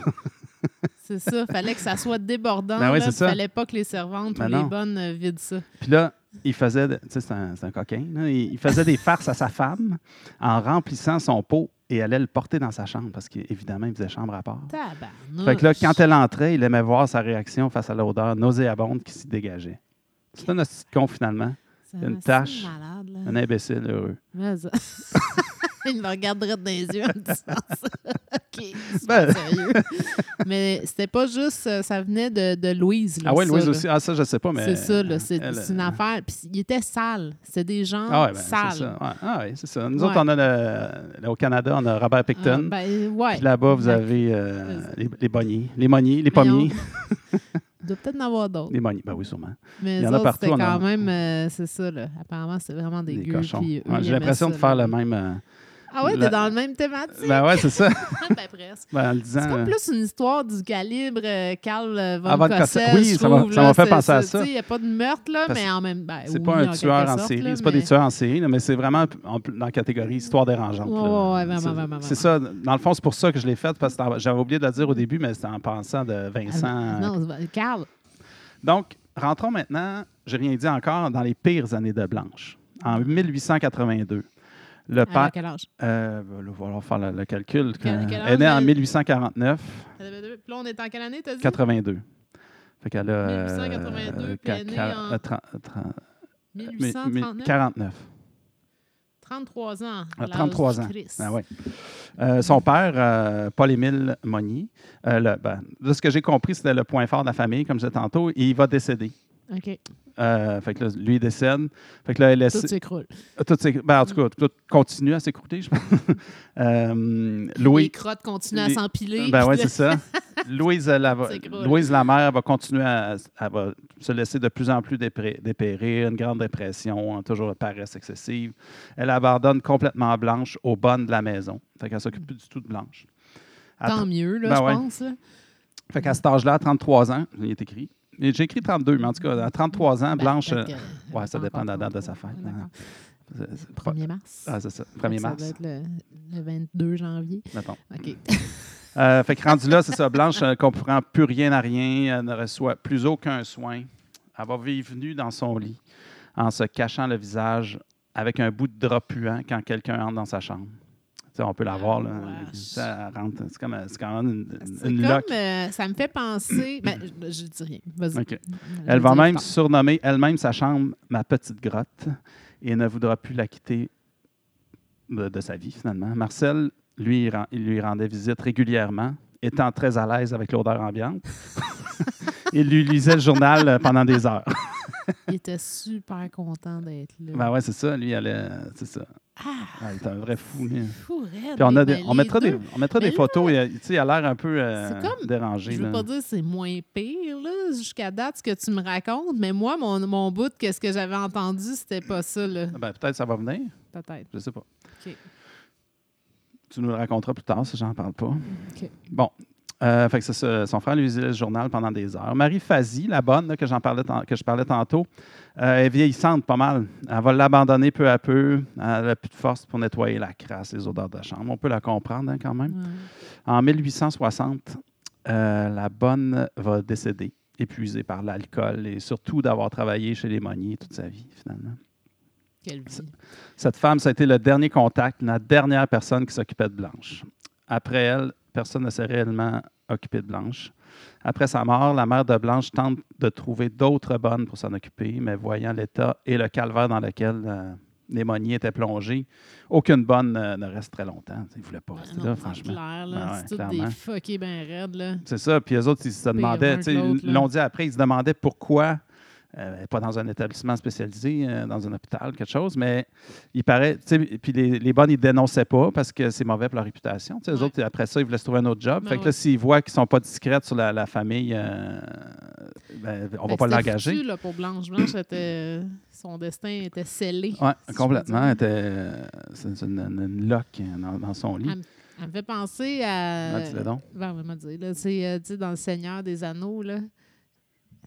C'est ça. Fallait que ça soit débordant.
Ben oui,
là,
c'est
puis
ça.
Fallait pas que les servantes
Ben
ou
non.
les bonnes euh, vident ça.
Puis là, il faisait, de- tu sais, c'est un, c'est un coquin, là. il, il faisait des farces à sa femme en remplissant son pot et allait le porter dans sa chambre parce qu'évidemment, il faisait chambre à part.
Tabarnouche.
Fait que là, quand elle entrait, il aimait voir sa réaction face à l'odeur nauséabonde qui s'y dégageait. C'est un hostie de con, finalement.
C'est
une
assez
tache,
Malade, là.
Un imbécile heureux.
Mais ça- Il me regarderait dans les yeux en me disant ça. OK, c'est
Ben-
pas sérieux. Mais c'était pas juste, euh, ça venait de, de Louise. là,
Ah ouais,
ça,
Louise
là.
aussi. Ah, ça, je sais pas, mais.
C'est ça, là, c'est
elle,
c'est une affaire. Puis il était sale. C'est des gens
Ah ouais, ben, c'est ça.
sales.
Ouais. Ah ouais, c'est ça. Nous
Ouais.
autres, on a le- le- au Canada, on a Robert
Ah,
Picton.
ben, ouais.
Puis là-bas, vous
Fait que
avez euh,
Vas-y.
les, les bonniers, les monniers, les pommiers.
Il doit peut-être en avoir d'autres.
Les bonniers, ben oui, sûrement.
Mais
il y
eux
en a
autres,
partout,
c'était
on
quand
en-
même, euh, c'est ça, là. Apparemment, c'était vraiment des
Des
gueux.
cochons.
puis eux,
Ouais,
ils
J'ai
aimaient
l'impression
ça,
de faire
là.
le même. euh,
Ah ouais,
la-
t'es dans le même thématique.
Ben ouais, c'est ça.
ben, presque.
Ben, en le disant.
C'est comme
euh,
plus une histoire du calibre euh, Karl euh,
Ah,
von
von
Cossel,
Cossel. Oui,
je
ça m'a-
trouve,
ça
là.
m'a fait
C'est-
penser à
c'est-
ça.
tu sais, Il n'y a pas de meurtre, là,
Parce
mais en même temps.
C'est pas un tueur en série, c'est pas des tueurs en série, là, mais c'est vraiment en- dans la catégorie histoire dérangeante.
Ouais,
là.
ouais, ouais, vraiment,
c'est
vraiment,
c'est ça, dans le fond, c'est pour ça que je l'ai faite, parce que j'avais oublié de le dire au début, mais c'était en pensant de Vincent.
Ah, Non, c'est- Karl.
Donc, rentrons maintenant, j'ai rien dit encore, dans les pires années de Blanche. En 1882, le
À
père.
quel âge?
Euh, ben, là, va falloir faire le, le calcul.
Quel-
Euh,
quel
elle est née
âge
en
elle-
1849,
Puis là, on est en quelle année, t'as dit?
82. Fait qu'elle a. euh,
1882, puis
qua-
elle est née
qua-
en-
euh, tren- tren- mi- mi-
1839?
49.
33 ans. à
Ah,
l'âge
33
du
ans.
Christ.
Ah ouais. Euh, son père, euh, Paul-Émile Monnier, euh, le- ben, de ce que j'ai compris, c'était le point fort de la famille, comme je disais tantôt, et il va décéder.
OK.
Euh, fait que là, lui, il décède. Fait que là, elle
Tout s'écroule.
Tout s'éc- ben, en tout cas, tout continue à s'écrouler, je pense. Euh,
Les
Louis.
crottes continuent à
Les-
s'empiler.
Ben ouais,
puis
c'est ça. Louise, euh, la, va-
s'écroule.
Louise, la mère, va continuer à elle va se laisser de plus en plus dépré- dépérir, une grande dépression, hein, toujours une paresse excessive. Elle abandonne complètement Blanche aux bonnes de la maison. Fait qu'elle s'occupe plus du tout de Blanche. À
Tant mieux, là,
Ben
je
ouais.
pense. là.
Fait qu'à cet âge-là, à 33 ans, il est écrit, Mais J'ai écrit 32, mais en tout cas, à 33 ans,
Ben,
Blanche. euh,
peut-être que-
ouais, ça
encore
dépend de la date de
33.
sa fête.
Ouais, d'accord.
euh, c'est- c'est pas-
1er mars.
Ah, c'est ça.
Fait que
1er
Ça doit
mars,
être le, le 22 janvier.
mettons.
OK.
Euh, fait que rendu là, c'est ça. Blanche ne comprend plus rien à rien, elle ne reçoit plus aucun soin. Elle va vivre nue dans son lit en se cachant le visage avec un bout de drap puant quand quelqu'un entre dans sa chambre. Tu sais, on peut la voir, là.
Ah, wesh.
Ça elle rentre. C'est comme, euh, c'est quand même une, une-
C'est
une
comme,
loque.
euh, ça me fait penser. Ben, je, je dis rien. Vas-y.
OK.
Je
Elle
le
va
dirai
même
plus tard.
surnommer elle-même sa chambre ma petite grotte et ne voudra plus la quitter de, de sa vie, finalement. Marcel, lui, il rend- il lui rendait visite régulièrement, étant très à l'aise avec l'odeur ambiante. il lui lisait le journal euh, pendant des heures.
Il était super content d'être là.
ben ouais, c'est ça, lui, elle, euh, c'est ça.
Ah,
Ouais, il est un vrai fou, lui.
fou, raide.
Puis on, a
Ben,
des- on
les
mettra,
deux,
des, on mettra
Mais
des
là,
photos, et, euh, tu sais, il a l'air un peu euh,
C'est comme-
dérangé.
Je veux
là.
pas dire que c'est moins pire, là, jusqu'à date, ce que tu me racontes, mais moi, mon, mon bout de ce que j'avais entendu, c'était pas ça, là,
Ben, Peut-être ça va venir,
peut-être.
je sais pas.
OK.
Tu nous le raconteras plus tard, si j'en parle pas.
OK.
Bon. Euh, fait que c'est ça, son frère lui lisait le journal pendant des heures. Marie Fazi, la bonne là, que, j'en parlais tan- que je parlais tantôt, euh, est vieillissante pas mal. Elle va l'abandonner peu à peu. Elle n'a plus de force pour nettoyer la crasse, les odeurs de chambre. On peut la comprendre hein, quand même.
Ouais.
En 1860, euh, la bonne va décéder, épuisée par l'alcool et surtout d'avoir travaillé chez les meuniers toute sa vie, finalement.
Quelle vie.
Cette femme, ça a été le dernier contact, la dernière personne qui s'occupait de Blanche. Après elle, personne ne s'est réellement occupé de Blanche. Après sa mort, la mère de Blanche tente de trouver d'autres bonnes pour s'en occuper, mais voyant l'état et le calvaire dans lequel euh, les Monniers étaient plongés, aucune bonne euh, ne reste très longtemps. Ils ne voulaient pas
Ouais,
rester
non,
là,
c'est
franchement.
clair, là,
Ben ouais,
c'est tous
clairement.
des fuckés ben raides, là.
C'est ça. Puis les autres, ils se
Pire un
demandaient,
que
tu sais,
l'autre,
ils
là.
l'ont dit après, ils se demandaient pourquoi, euh, pas dans un établissement spécialisé, euh, dans un hôpital, quelque chose, mais il paraît, tu sais, puis les, les bonnes, ils dénonçaient pas parce que c'est mauvais pour leur réputation. Tu sais, les
Ouais.
autres, après ça, ils voulaient se trouver un autre job.
Ben
fait que
ouais.
là, s'ils voient qu'ils sont pas discrètes sur la, la famille, euh, ben, on va
Fait
pas
que c'était foutu,
l'engager.
là, pour Blanche. Blanche, était, son destin était scellé.
Oui,
si je peux
complètement.
dire.
elle était, euh, C'est une, une- une loque hein, dans, dans son lit.
Ah, Elle me fait penser à.
Ah, dis-le donc.
Ben, on va dire, là, c'est, euh, tu sais, dans Le Seigneur des Anneaux, là.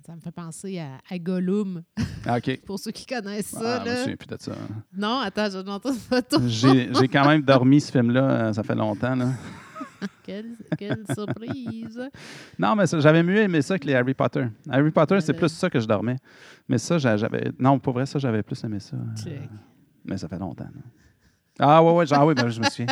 Ça me fait penser à, à Gollum,
Ah, OK.
pour ceux qui connaissent ça.
Ah,
là. oh,
monsieur, puis de ça.
Non, attends, je montre une photo.
J'ai j'ai quand même dormi ce film-là, euh, ça fait longtemps. Là.
Quelle, quelle surprise!
Non, mais ça, j'avais mieux aimé ça que les Harry Potter. Harry Potter, c'est
Euh,
plus ça que je dormais. Mais ça, j'a- j'avais. Non, pour vrai, ça, j'avais plus aimé ça.
Euh, Check.
Mais ça fait longtemps. là. Ah, ouais, ouais, genre, oui, ben, je me souviens.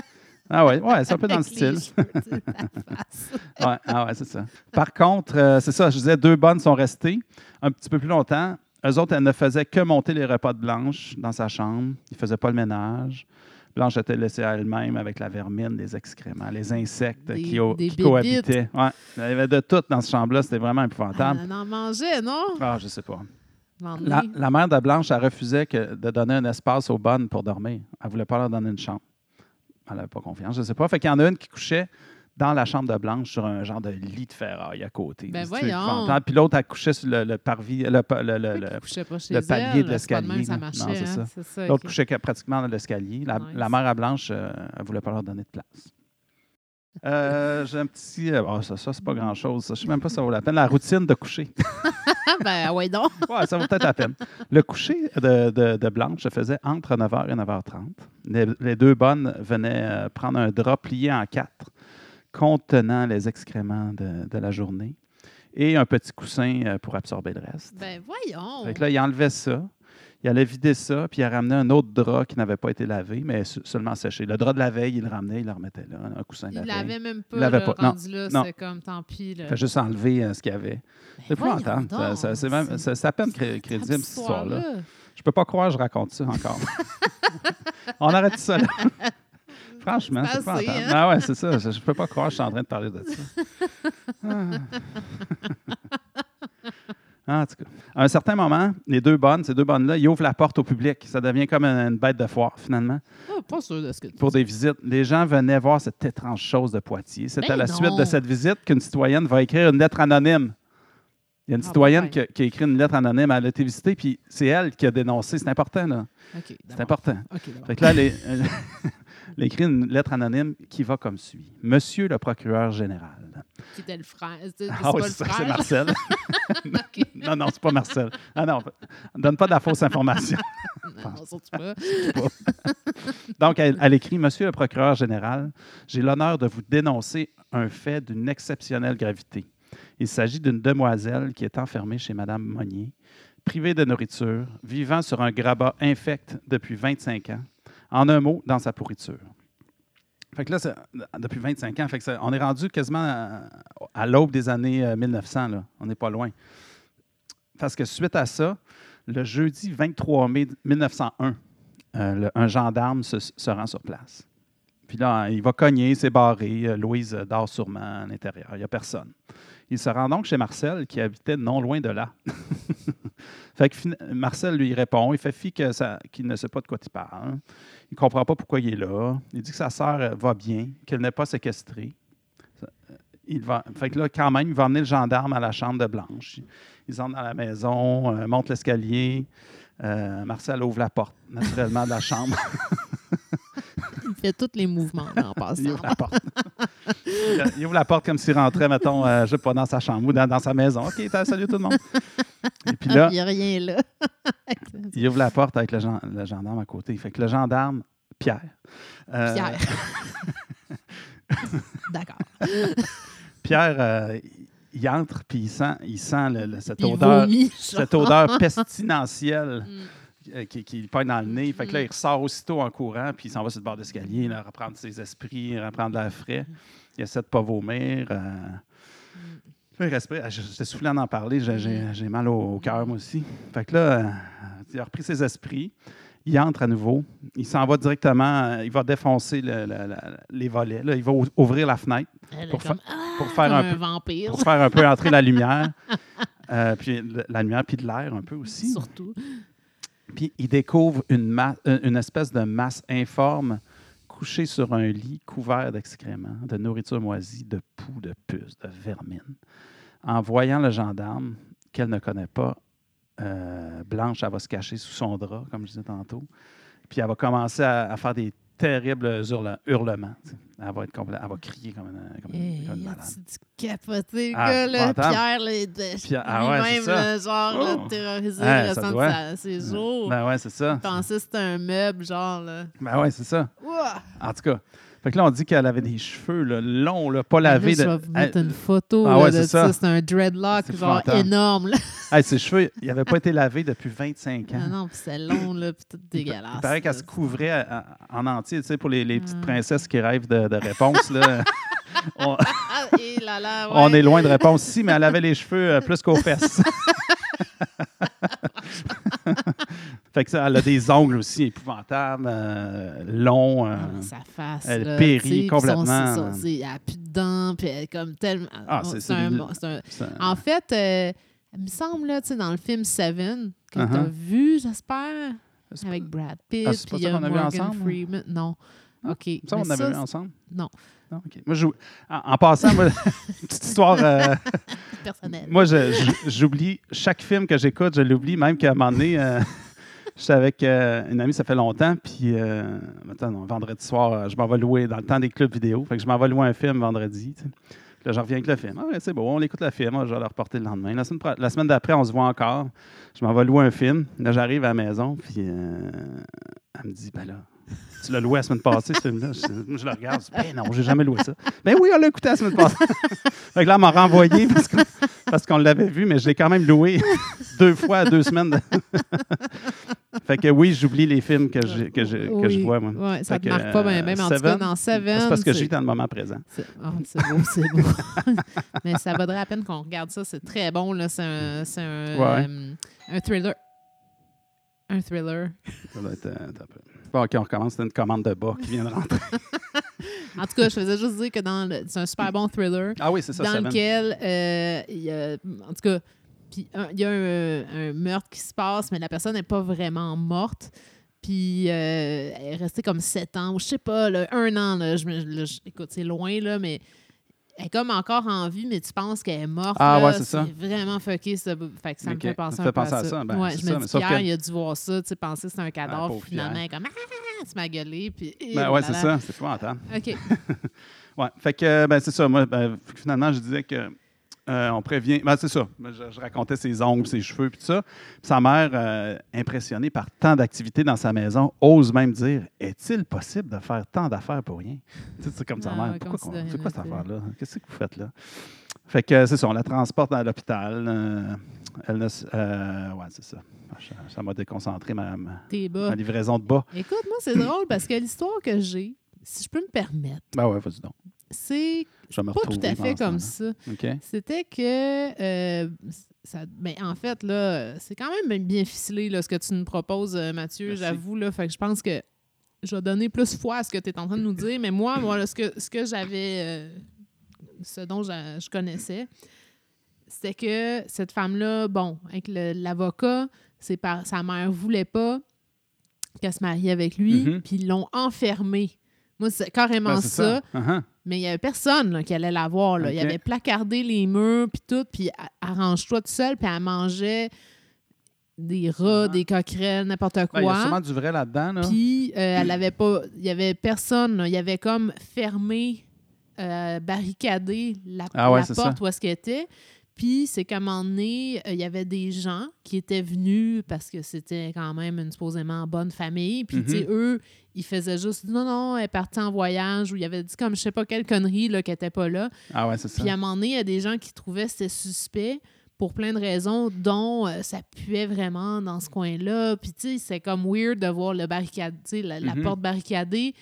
Ah, ouais, ouais, c'est un peu dans le
Avec les
style.
cheveux de ta face.
Ouais, ah, ouais, c'est ça. Par contre, euh, c'est ça, je disais, deux bonnes sont restées un petit peu plus longtemps. Eux autres, elles ne faisaient que monter les repas de Blanche dans sa chambre. Ils ne faisaient pas le ménage. Blanche était laissée à elle-même avec la vermine, les excréments, les insectes
Des-
qui, au-
des
qui
bébites.
cohabitaient. Ouais, il y avait de tout dans ce chambre-là. C'était vraiment épouvantable.
Elle en mangeait, non?
Ah, je sais pas.
M'emmener.
La, la mère de Blanche, elle refusait que- de donner un espace aux bonnes pour dormir. Elle voulait pas leur donner une chambre. Elle n'avait pas confiance, je sais pas. Fait qu'il y en a une qui couchait dans la chambre de Blanche sur un genre de lit de ferraille à côté.
Ben
C'est
voyons.
épouvantable. Puis l'autre, elle couchait sur le, le parvis, le, pa- le- le- le-
Pourquoi qu'elle couchait pas chez
le palier
elle,
de
là? C'est pas même
l'escalier,
que ça
là.
marchait.
Non, c'est
hein?
ça.
C'est ça.
l'autre
ok.
couchait que- pratiquement dans l'escalier. La,
Nice.
la mère à Blanche, euh, elle voulait pas leur donner de place. Euh, J'ai un petit. euh, Ah, ça, ça c'est pas grand-chose. ça. Je sais même pas si ça vaut la peine. La routine de coucher.
Ah, ben, ouais, donc.
Ouais, ça vaut peut-être la peine. Le coucher de, de- de Blanche se faisait entre 9h et 9h30. Les, les deux bonnes venaient euh, prendre un drap plié en quatre contenant les excréments de, de la journée et un petit coussin euh, pour absorber le reste.
Ben, voyons.
Fait que là, il enlevait ça, il allait vider ça, puis il ramenait un autre drap qui n'avait pas été lavé, mais se- seulement séché. Le drap de la veille, il le ramenait, il le remettait là, un coussin
Il
de la veille.
l'avait même pas,
Il l'avait
là,
pas. Non,
rendu là.
non.
C'est comme, tant pis. Là.
Il fait juste enlever euh, ce qu'il y avait.
Ben,
C'est
voyons
épouvantable. Ça-
donc,
ça- C'est même-
c'est
c'est- c'est à peine cré- crédible, cette histoire-là. Je peux pas croire que je raconte ça encore. On arrête ça là. Franchement,
C'est
c'est pas
assez,
entendre.
hein?
Ah ouais, c'est ça. Je, je peux pas croire que je suis en train de parler de ça. Ah. En tout cas, à un certain moment, les deux bonnes, ces deux bonnes-là, ils ouvrent la porte au public. Ça devient comme une, une bête de foire, finalement,
Ah, pas sûr de ce que tu
pour des visites. Les gens venaient voir cette étrange chose de Poitiers. C'est
Ben
à la
non.
suite de cette visite qu'une citoyenne va écrire une lettre anonyme. Il y a une
Ah,
citoyenne
ben.
qui, a, qui a écrit une lettre anonyme. Elle a été visitée, puis c'est elle qui a dénoncé. C'est important, là.
OK,
C'est
d'abord.
important.
OK, d'abord.
Fait que là, elle, est- elle- elle écrit une lettre anonyme qui va comme suit. Monsieur le procureur général,
qui était le frère. C'est c'est
Ah oui,
pas le
c'est ça, c'est
frère.
Marcel.
ok.
non, non, c'est pas Marcel. Ah non, donne pas de la fausse information.
Non, surtout pas.
Donc, elle, elle écrit Monsieur le procureur général, j'ai l'honneur de vous dénoncer un fait d'une exceptionnelle gravité. Il s'agit d'une demoiselle qui est enfermée chez Madame Monnier, privée de nourriture, vivant sur un grabat infect depuis 25 ans, en un mot, dans sa pourriture. Fait que là, c'est- depuis 25 ans, fait que ça- on est rendu quasiment à, à l'aube des années euh, 1900, là. on n'est pas loin. Parce que suite à ça, le jeudi 23 mai 1901, euh, le- un gendarme se, se rend sur place. Puis là, il va cogner, c'est barré. euh, Louise euh, dort sûrement à l'intérieur. Il n'y a personne. Il se rend donc chez Marcel, qui habitait non loin de là. fait que fin- Marcel lui répond. Il fait fi que ça- qu'il ne sait pas de quoi il parle. Il ne comprend pas pourquoi il est là. Il dit que sa sœur euh, va bien, qu'elle n'est pas séquestrée. Ça- euh, Il va, fait que là, quand même, il va emmener le gendarme à la chambre de Blanche. Ils entrent dans la maison, euh, montent l'escalier. Euh, Marcel ouvre la porte, naturellement, de la chambre.
Il fait tous les mouvements là, en
Il
passant.
ouvre la porte. Il- Il ouvre la porte comme s'il rentrait, mettons, euh, je sais pas, dans sa chambre ou dans, dans sa maison. OK, t'as- salut tout le monde. Et puis là,
Il n'y a rien là.
il ouvre la porte avec le, gen- le gendarme à côté. Fait que le gendarme, Pierre. euh,
Pierre. D'accord.
Pierre, euh, il entre, puis il sent, il sent le- le- cette
Puis il
odeur.
vomit, genre.
cette odeur pestilentielle euh, qui, qui lui pogne dans le nez. Fait que là, il ressort aussitôt en courant, puis il s'en va sur le bord d'escalier, là, reprendre ses esprits, reprendre l'air frais. Il essaie de pas vomir. euh. Là, il respire. Ah, Je- J'étais soufflé en en parler, j'ai- j'ai j'ai mal au, au cœur, moi aussi. Fait que là, euh, il a repris ses esprits. Il entre à nouveau. Il s'en va directement. euh, Il va défoncer le- le- le- les volets. là. Il va ou- ouvrir la fenêtre
Elle est
pour fa-
comme, ah,
pour faire
comme
un
un,
peu-
vampire,
pour faire un peu entrer la lumière. Euh, puis le- la lumière, puis de l'air un peu aussi.
surtout.
Puis il découvre une, ma- euh, une espèce de masse informe couchée sur un lit couvert d'excréments, de nourriture moisie, de poux, de puces, de vermine. En voyant le gendarme, qu'elle ne connaît pas, euh, Blanche, elle va se cacher sous son drap, comme je disais tantôt. Puis elle va commencer à, à faire des terribles hurle- hurlements. tu sais. Elle va, être complè- elle va crier comme une, comme une-
Hey,
comme une
y
malade.
a-tu du capoté, le
Ah,
gars, là?
épouvantable.
Pierre, là, il était
Pierre- ah ouais,
lui-même,
c'est ça.
là, genre, là,
Oh.
terrorisé
Ouais,
le
ça
restant de
doit.
sa- ses jours.
Ben ouais, c'est ça.
il pensait que c'était un meuble, genre, là.
Ben ouais, c'est ça.
Ouah!
En tout cas. Fait que là, on dit qu'elle avait des cheveux là, longs, là, pas
Ben Là,
lavés.
je
de-
vais vous mettre
Elle-
une photo
euh, Ah
là,
ouais,
de
c'est
ça.
ça.
C'est un dreadlock,
C'est
genre
épouvantable.
énorme. Là.
Hey, ses cheveux, ils n'avaient pas été lavés depuis 25 ans.
Ah non, puis c'est long, là, puis tout dégueulasse.
Il paraît qu'elle se
là.
couvrait à- à- en entier, tu sais, pour les, les petites
Ah.
princesses qui rêvent de, de réponses. Là. on,
Ah, et là, là, ouais.
on est loin de réponse si, mais elle avait les cheveux euh, plus qu'aux fesses. fait que ça, elle a des ongles aussi épouvantables, euh, longs. euh.
Ah, mais sa face.
Elle
là,
périt
tu sais, puis son-
complètement.
son- c'est- Elle a plus de dents, puis elle est comme tellement.
Ah, c'est- c'est
un
une-
bon- c'est un-
Ça-
En fait, euh, il me semble, là, tu sais, dans le film Seven, que
Uh-huh.
tu as vu, j'espère,
C'est
avec Brad Pitt,
Ah,
puis
c'est pas
il y
ça
a
qu'on a vu
Morgan
ensemble, hein?
Freeman. Non.
Non,
OK.
ça, on
Mais
avait
ça,
vu ensemble?
Non,
Non, ok. Moi, je- en, en passant, moi, petite histoire. euh,
c'est personnel.
Moi, je- je- j'oublie chaque film que j'écoute, je l'oublie, même qu'à un moment donné, euh, j'étais avec euh, une amie, ça fait longtemps, puis euh, attends, non, vendredi soir, euh, je m'en vais louer dans le temps des clubs vidéo, fait que je m'en vais louer un film vendredi. tu sais. Là, je reviens avec le film. Ah, ouais, c'est beau, on écoute le film, Ah, je vais le reporter le lendemain. La semaine, pro- la semaine d'après, on se voit encore. Je m'en vais louer un film. Là, j'arrive à la maison, puis euh, elle me dit, ben là. Tu l'as loué la semaine passée, ce film-là. Je, je le regarde. je dis, Ben non, j'ai jamais loué ça. Ben oui, on l'a écouté la semaine passée. Fait que là, elle m'a renvoyé parce qu'on parce qu'on l'avait vu, mais je l'ai quand même loué deux fois à deux semaines. de- fait que oui, j'oublie les films que je, que je, Euh, que je
Oui.
vois, moi.
Ouais, ça
Fait
te
que,
marque pas bien,
euh,
même en tout cas
Seven,
dans Seven.
C'est parce que
c'est-
je vis dans le moment présent.
C'est ah, c'est beau, c'est beau. Mais ça vaudrait la peine qu'on regarde ça. C'est très bon. là. C'est un, c'est un,
Ouais.
euh, un thriller. Un thriller.
Ça doit être, euh, attends un peu. Bon, OK, on recommence. C'est une commande de bas qui vient de rentrer.
En tout cas, je faisais juste dire que dans le- c'est un super bon thriller
Ah oui, c'est ça,
dans
Seven.
lequel euh, il y a. En tout cas, puis un- il y a un, un meurtre qui se passe, mais la personne n'est pas vraiment morte. Puis euh, elle est restée comme sept ans, ou je sais pas, là, un an. Là, je, me- là, je- écoute, c'est loin, là, mais elle est comme encore en vie, mais tu penses qu'elle est morte.
Ah
là.
ouais, c'est ça.
vraiment fucké, ça. Fait que ça me
Ok.
fait penser
Ça
un
fait
peu
penser
à
à
ça.
ça. Ben,
Ouais,
c'est
je me
ça,
dis,
mais sauf
Pierre,
que- Ah,
il a dû voir ça, tu sais, penser que c'est un cadavre,
pauvre
finalement,
Pierre.
elle est comme. Ah, tu m'as gueulé. Puis, eh,
Ben
oh
ouais,
là
c'est
là.
ça, c'est épouvantable.
OK.
Ouais, fait que euh, ben, c'est ça. Moi, ben, f- finalement, je disais que euh, on prévient. Ben, c'est ça. Ben, Je, je racontais ses ongles, ses cheveux, puis tout ça. Puis sa mère, euh, impressionnée par tant d'activités dans sa maison, ose même dire Est-il possible de faire tant d'affaires pour rien Tu sais, c'est comme sa
Ah,
mère.
ouais,
Pourquoi
comme
qu'on-
si de
c'est quoi cette
rien n'était.
affaire-là Qu'est-ce que vous faites là Fait que euh, c'est ça. On la transporte à l'hôpital. euh, elle ne s- euh, ouais, c'est ça. Ça- Ça m'a déconcentré, ma, ma-
T'es bas.
ma livraison de bas.
Écoute, moi, c'est drôle parce que l'histoire que j'ai, si je peux me permettre,
Ben ouais, vas-y donc.
c'est
Je vais me
pas tout
retrouver
à fait
pendant ce
comme
temps-là.
ça.
OK.
C'était que. euh, ça, ben, en fait, là, c'est quand même bien ficelé là, ce que tu nous proposes, euh, Mathieu,
Merci.
j'avoue. là. Fait que je pense que je vais donner plus foi à ce que tu es en train de nous dire. Mais moi, voilà, ce que, ce que j'avais. euh, ce dont j'a- je connaissais, c'était que cette femme-là, bon, avec le- l'avocat, c'est par sa mère voulait pas qu'elle se marie avec lui,
Mhm.
puis ils l'ont enfermée. Moi, c'est carrément
Ben, c'est
ça.
ça. Uh-huh.
Mais il n'y avait personne là, qui allait la voir. Là. Il
Ok.
avait placardé les murs, puis tout, puis a- arrange-toi tout seul, puis elle mangeait des rats,
Ah.
des coquerelles, n'importe
Ben, Il y a
quoi.
sûrement du vrai là-dedans. Là.
puis euh, elle avait pas, il n'y avait personne. là. Il y avait comme fermé, euh, barricadé la,
Ah ouais,
la
c'est
porte où est-ce qu'elle était. Puis c'est qu'à un moment donné, euh, il y avait des gens qui étaient venus parce que c'était quand même une supposément bonne famille. Puis
Mhm.
tu sais, eux, ils faisaient juste non, non, elle est partie en voyage ou il avait dit comme je sais pas quelle connerie là, qu'elle était pas là.
Ah ouais, c'est ça.
Puis à un moment donné, il y a des gens qui trouvaient que c'était suspect pour plein de raisons, dont euh, ça puait vraiment dans
Mm.
ce coin-là. Puis tu sais, c'est comme weird de voir le barricade, tu sais, la, la
Mhm.
porte barricadée.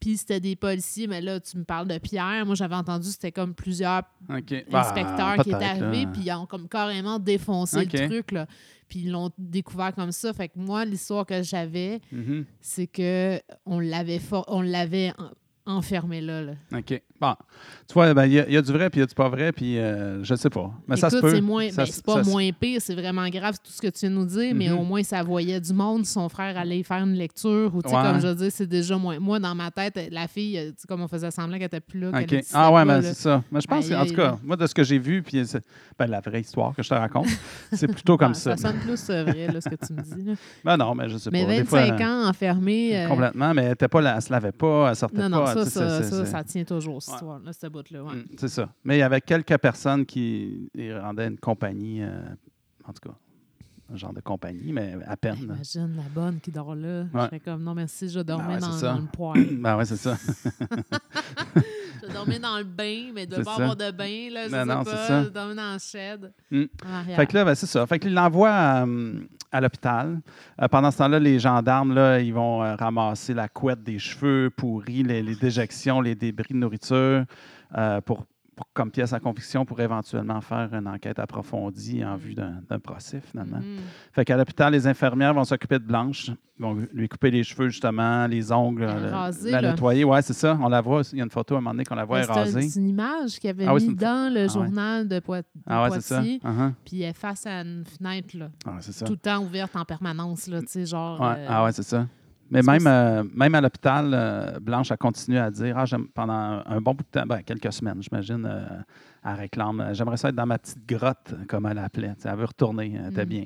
Puis c'était des policiers, mais là, tu me parles de Pierre. Moi, j'avais entendu c'était comme plusieurs
OK. Ben,
inspecteurs qui est
peut-être,
arrivé,
là.
puis ils ont comme carrément défoncé
Ok.
le truc, là. Puis ils l'ont découvert comme ça. Fait que moi, l'histoire que j'avais,
Mhm.
c'est que on l'avait for- on l'avait en- enfermé là. là.
OK. Bon. Tu vois, ben, il y, a- il y a du vrai, puis il y a du pas vrai, puis euh, je sais pas. Mais ça se
Écoute,
peut.
c'est moins,
Ça
ben,
se-
c'est pas
ça se-
moins pire, c'est vraiment grave tout ce que tu viens de nous dire, mais
Mhm.
au moins ça voyait du monde, son frère allait faire une lecture, ou tu sais,
Ouais.
comme je dis, c'est déjà moins. Moi, dans ma tête, la fille, euh, tu sais, comme on faisait semblant qu'elle était plus là. qu'elle
OK.
existait
Ah ouais,
pas,
ben,
là.
c'est ça. Mais je pense,
Aïe,
en tout
aïe,
cas,
aïe.
moi, de ce que j'ai vu, puis c'est- ben, la vraie histoire que je te raconte, c'est plutôt
Ah,
comme ça.
sonne plus euh, vrai, là, ce que tu me dis. là.
Ben non, mais je sais
Mais
pas. Des
25
fois, hein.
ans enfermé. euh,
Complètement, mais elle était pas là, elle se lavait pas, elle sortait
Non, non,
pas.
ça,
tu sais,
ça,
c'est-
ça,
c'est-
ça tient toujours, cette
Ouais.
histoire-là, cette bout-là. ouais.
Mm, C'est ça. Mais il y avait quelques personnes qui y rendaient une compagnie, euh, en tout cas, un genre de compagnie, mais à
Ben,
peine.
Imagine la bonne qui dort là.
Ouais. Ben
Je fais comme, non, merci, je dormais
ouais, c'est
dans,
ça.
dans le poêle.
Ben ouais, c'est ça.
je dormais dans le bain, mais de
C'est
pas
ça.
avoir de bain, là, je
Non,
sais
non, c'est
pas,
ça.
je dormais dans le shed.
Mm.
en arrière.
Fait que là, ben, c'est ça. Fait qu'il l'envoie à, à l'hôpital. Euh, pendant ce temps-là, les gendarmes, là, ils vont euh, ramasser la couette des cheveux, pourris, les, les déjections, les débris de nourriture euh, pour, pour- comme pièce à conviction pour éventuellement faire une enquête approfondie en vue d'un d'un procès, finalement.
Mhm.
Fait qu'à l'hôpital, les infirmières vont s'occuper de Blanche. Ils vont lui couper les cheveux, justement, les ongles,
Elle est
le-
rasée,
euh, la
là.
nettoyer. Ouais, c'est ça. On la voit. Il y a une photo à un moment donné qu'on la voit
Mais c'est un-
rasée.
C'est une image qu'il avait
Ah oui, c'est
mis
une pho-
dans le
ouais.
journal de, Poi- de
Ah ouais, c'est ça.
Poitiers,
Uh-huh.
puis elle est face à une fenêtre, là,
Ah ouais, c'est ça.
tout le temps ouverte en permanence, là, tu sais, genre...
Ouais,
euh,
Ah ouais, c'est ça. Mais
parce
même,
que
euh, même à l'hôpital, euh, Blanche a continué à dire ah, j'aime- pendant un bon bout de temps, ben, quelques semaines, j'imagine, euh, elle réclame euh, j'aimerais ça être dans ma petite grotte, comme elle l'appelait. Tu sais, Elle veut retourner, euh, t'es
Mm.
bien.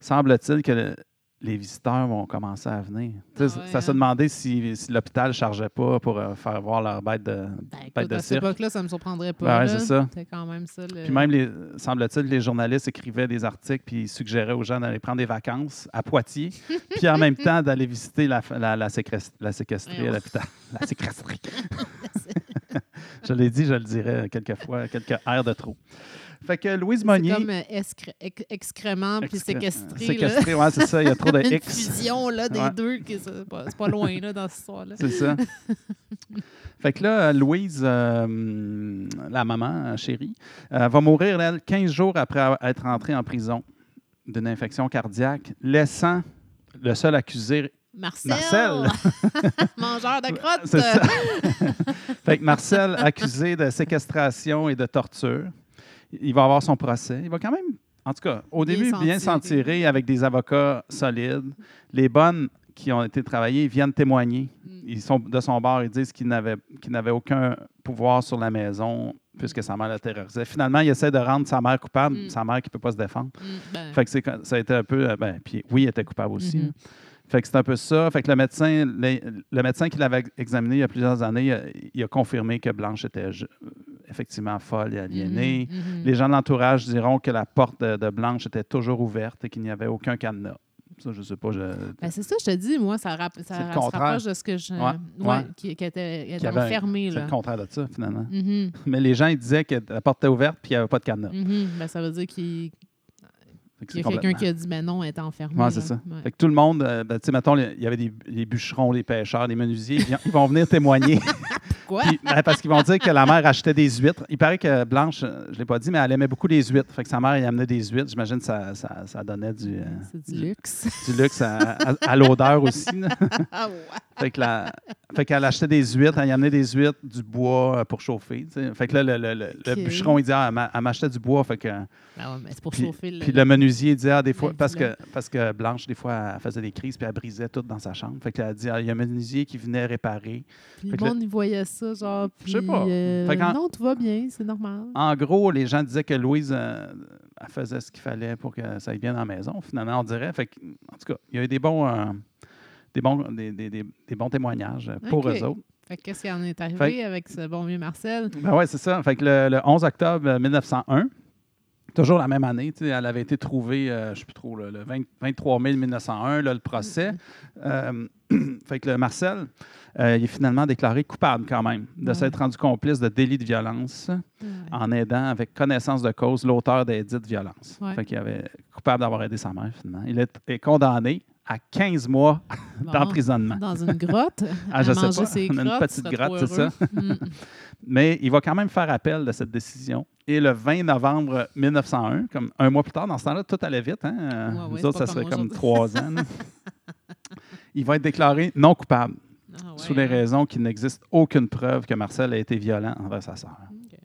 Semble-t-il que le- les visiteurs vont commencer à venir. Tu sais,
Ah ouais,
ça se
hein?
demandait si, si l'hôpital ne chargeait pas pour euh, faire voir leur bête de,
ben, écoute,
bête de
à cette
cirque.
époque-là, ça me surprendrait pas.
Ben ouais,
là.
c'est ça.
C'était quand même ça, le...
Puis même, les- semble-t-il, les journalistes écrivaient des articles puis ils suggéraient aux gens d'aller prendre des vacances à Poitiers, puis en même temps d'aller visiter la, la, la, sécres- la
Eh
séquestrée à
Voyons.
l'hôpital. La séquestrée. je l'ai dit, je le dirais quelquefois, quelques airs de trop. Fait que Louise
C'est
Monnier.
comme euh, excré- ex- excrément puis
excré- euh,
séquestré. là.
Séquestrée, ouais, c'est ça, il y a trop de
une
X.
fusion là, des
Ouais.
deux, qui- c'est pas, c'est pas loin là, dans cette histoire-là.
C'est ça. Fait que là, Louise, euh, la maman, euh, chérie, euh, va mourir, elle, 15 jours après avoir- être entrée en prison d'une infection cardiaque, laissant le seul accusé.
Marcel!
Marcel!
mangeur de crottes!
C'est ça. fait que Marcel, accusé de séquestration et de torture, il va avoir son procès. Il va quand même, en tout cas, au
Bien
début,
s'en
bien s'en
tirer.
tirer avec des avocats solides. Les bonnes qui ont été travaillées viennent témoigner.
Mm.
ils sont de son bord, ils disent qu'il n'avait qu'il n'avait aucun pouvoir sur la maison puisque sa mère la terrorisait. Finalement, il essaie de rendre sa mère coupable,
Mm.
sa mère qui ne peut pas se défendre.
Mm, ben,
Fait que c'est quand- ça a été un peu. euh, ben, puis oui, elle était coupable aussi.
Mhm.
là. Fait que c'est un peu ça. Fait que le médecin, les- le médecin qui l'avait examiné il y a plusieurs années, il a, il a confirmé que Blanche était ju- euh, effectivement folle et aliénée.
Mhm, mhm.
Les gens de l'entourage diront que la porte de, de Blanche était toujours ouverte et qu'il n'y avait aucun cadenas. Ça, je sais pas. Je...
Ben, c'est ça, je te dis, moi, ça, rap- ça
C'est le
se
contraire.
rapproche de ce que je.
Ouais,
Ouais,
ouais.
Qui, qui était, qui
Qu'il y
était
avait un-
enfermée,
C'est
là.
le contraire de ça, finalement.
Mhm,
Mais les gens, ils disaient que la porte était ouverte puis il n'y avait pas de cadenas.
mhm. Ben, ça veut dire qu'il
Fait que
qu'il y
c'est
a quelqu'un
complètement-
qui a dit, ben non, elle est enfermée.
Ouais, c'est
là.
ça.
Ouais.
Fait que tout le monde, euh, ben, tu sais, mettons, les- il y avait des, les bûcherons, les pêcheurs, les menuisiers, ils, ils vont venir témoigner.
Quoi?
Puis, ben, parce qu'ils vont dire que la mère achetait des huîtres. Il paraît que Blanche, euh, je ne l'ai pas dit, mais elle aimait beaucoup les huîtres. Fait que sa mère, elle amenait des huîtres. J'imagine que ça, ça, ça donnait du, euh,
C'est du luxe.
du luxe à, à- à l'odeur aussi. là.
ah ouais.
Fait que la- fait qu'elle achetait des huîtres, elle y amenait des huîtres, du bois euh, pour chauffer. tu sais. Fait que là, le, le- le- le
Ok.
bûcheron, il dit Ah, elle m'a- elle m'achetait du bois. Fait que,
Ben ouais, mais c'est pour
puis,
chauffer le.
puis le menuisier dit ah, des fois
le
parce
ventilateur.
que parce que Blanche des fois elle faisait des crises puis elle brisait tout dans sa chambre. Fait qu'elle a dit Ah, il y a un menuisier qui venait réparer.
Puis
Fait
le
que le-
monde, il voyait ça, genre.
Je sais
puis,
pas.
euh,
Fait qu'en-
non, tout va bien, c'est normal.
En gros, les gens disaient que Louise euh, elle faisait ce qu'il fallait pour que ça aille bien dans la maison. Finalement, on dirait. Fait que, en tout cas, il y a eu des bons euh, des bons des, des- des- des bons témoignages pour
Ok.
eux autres.
Fait que qu'est-ce qui en est arrivé
Fait
avec ce bon vieux Marcel?
Ben ouais, c'est ça. Fait que le, le 11 octobre euh, 1901, toujours la même année, tu sais, elle avait été trouvée, euh, je ne sais plus trop, là, le 20 23 mai 1901, là, le procès. Euh, fait que le Marcel, euh, il est finalement déclaré coupable quand même de
Ouais.
s'être rendu complice de délit de violence
Ouais.
en aidant avec connaissance de cause l'auteur des dites violences.
Ouais.
Fait qu'il avait coupable d'avoir aidé sa mère finalement. Il est, est condamné à 15 mois
Bon,
d'emprisonnement.
Dans une grotte.
Ah,
à
je sais
manger
pas.
ses
On a une
crottes,
petite
tu serais
grotte,
trop
c'est
heureux. Mm.
Mais il va quand même faire appel de cette décision. Et le 20 novembre 1901, comme un mois plus tard, dans ce temps-là, tout allait vite. Hein? Euh,
Ouais, ouais,
Nous
c'est
autres,
pas
ça serait
comme
comme
aujourd'hui.
trois ans. là. il va être déclaré non coupable
Ah ouais,
sous les
hein.
raisons qu'il n'existe aucune preuve que Marcel a été violent envers sa sœur.
Ok.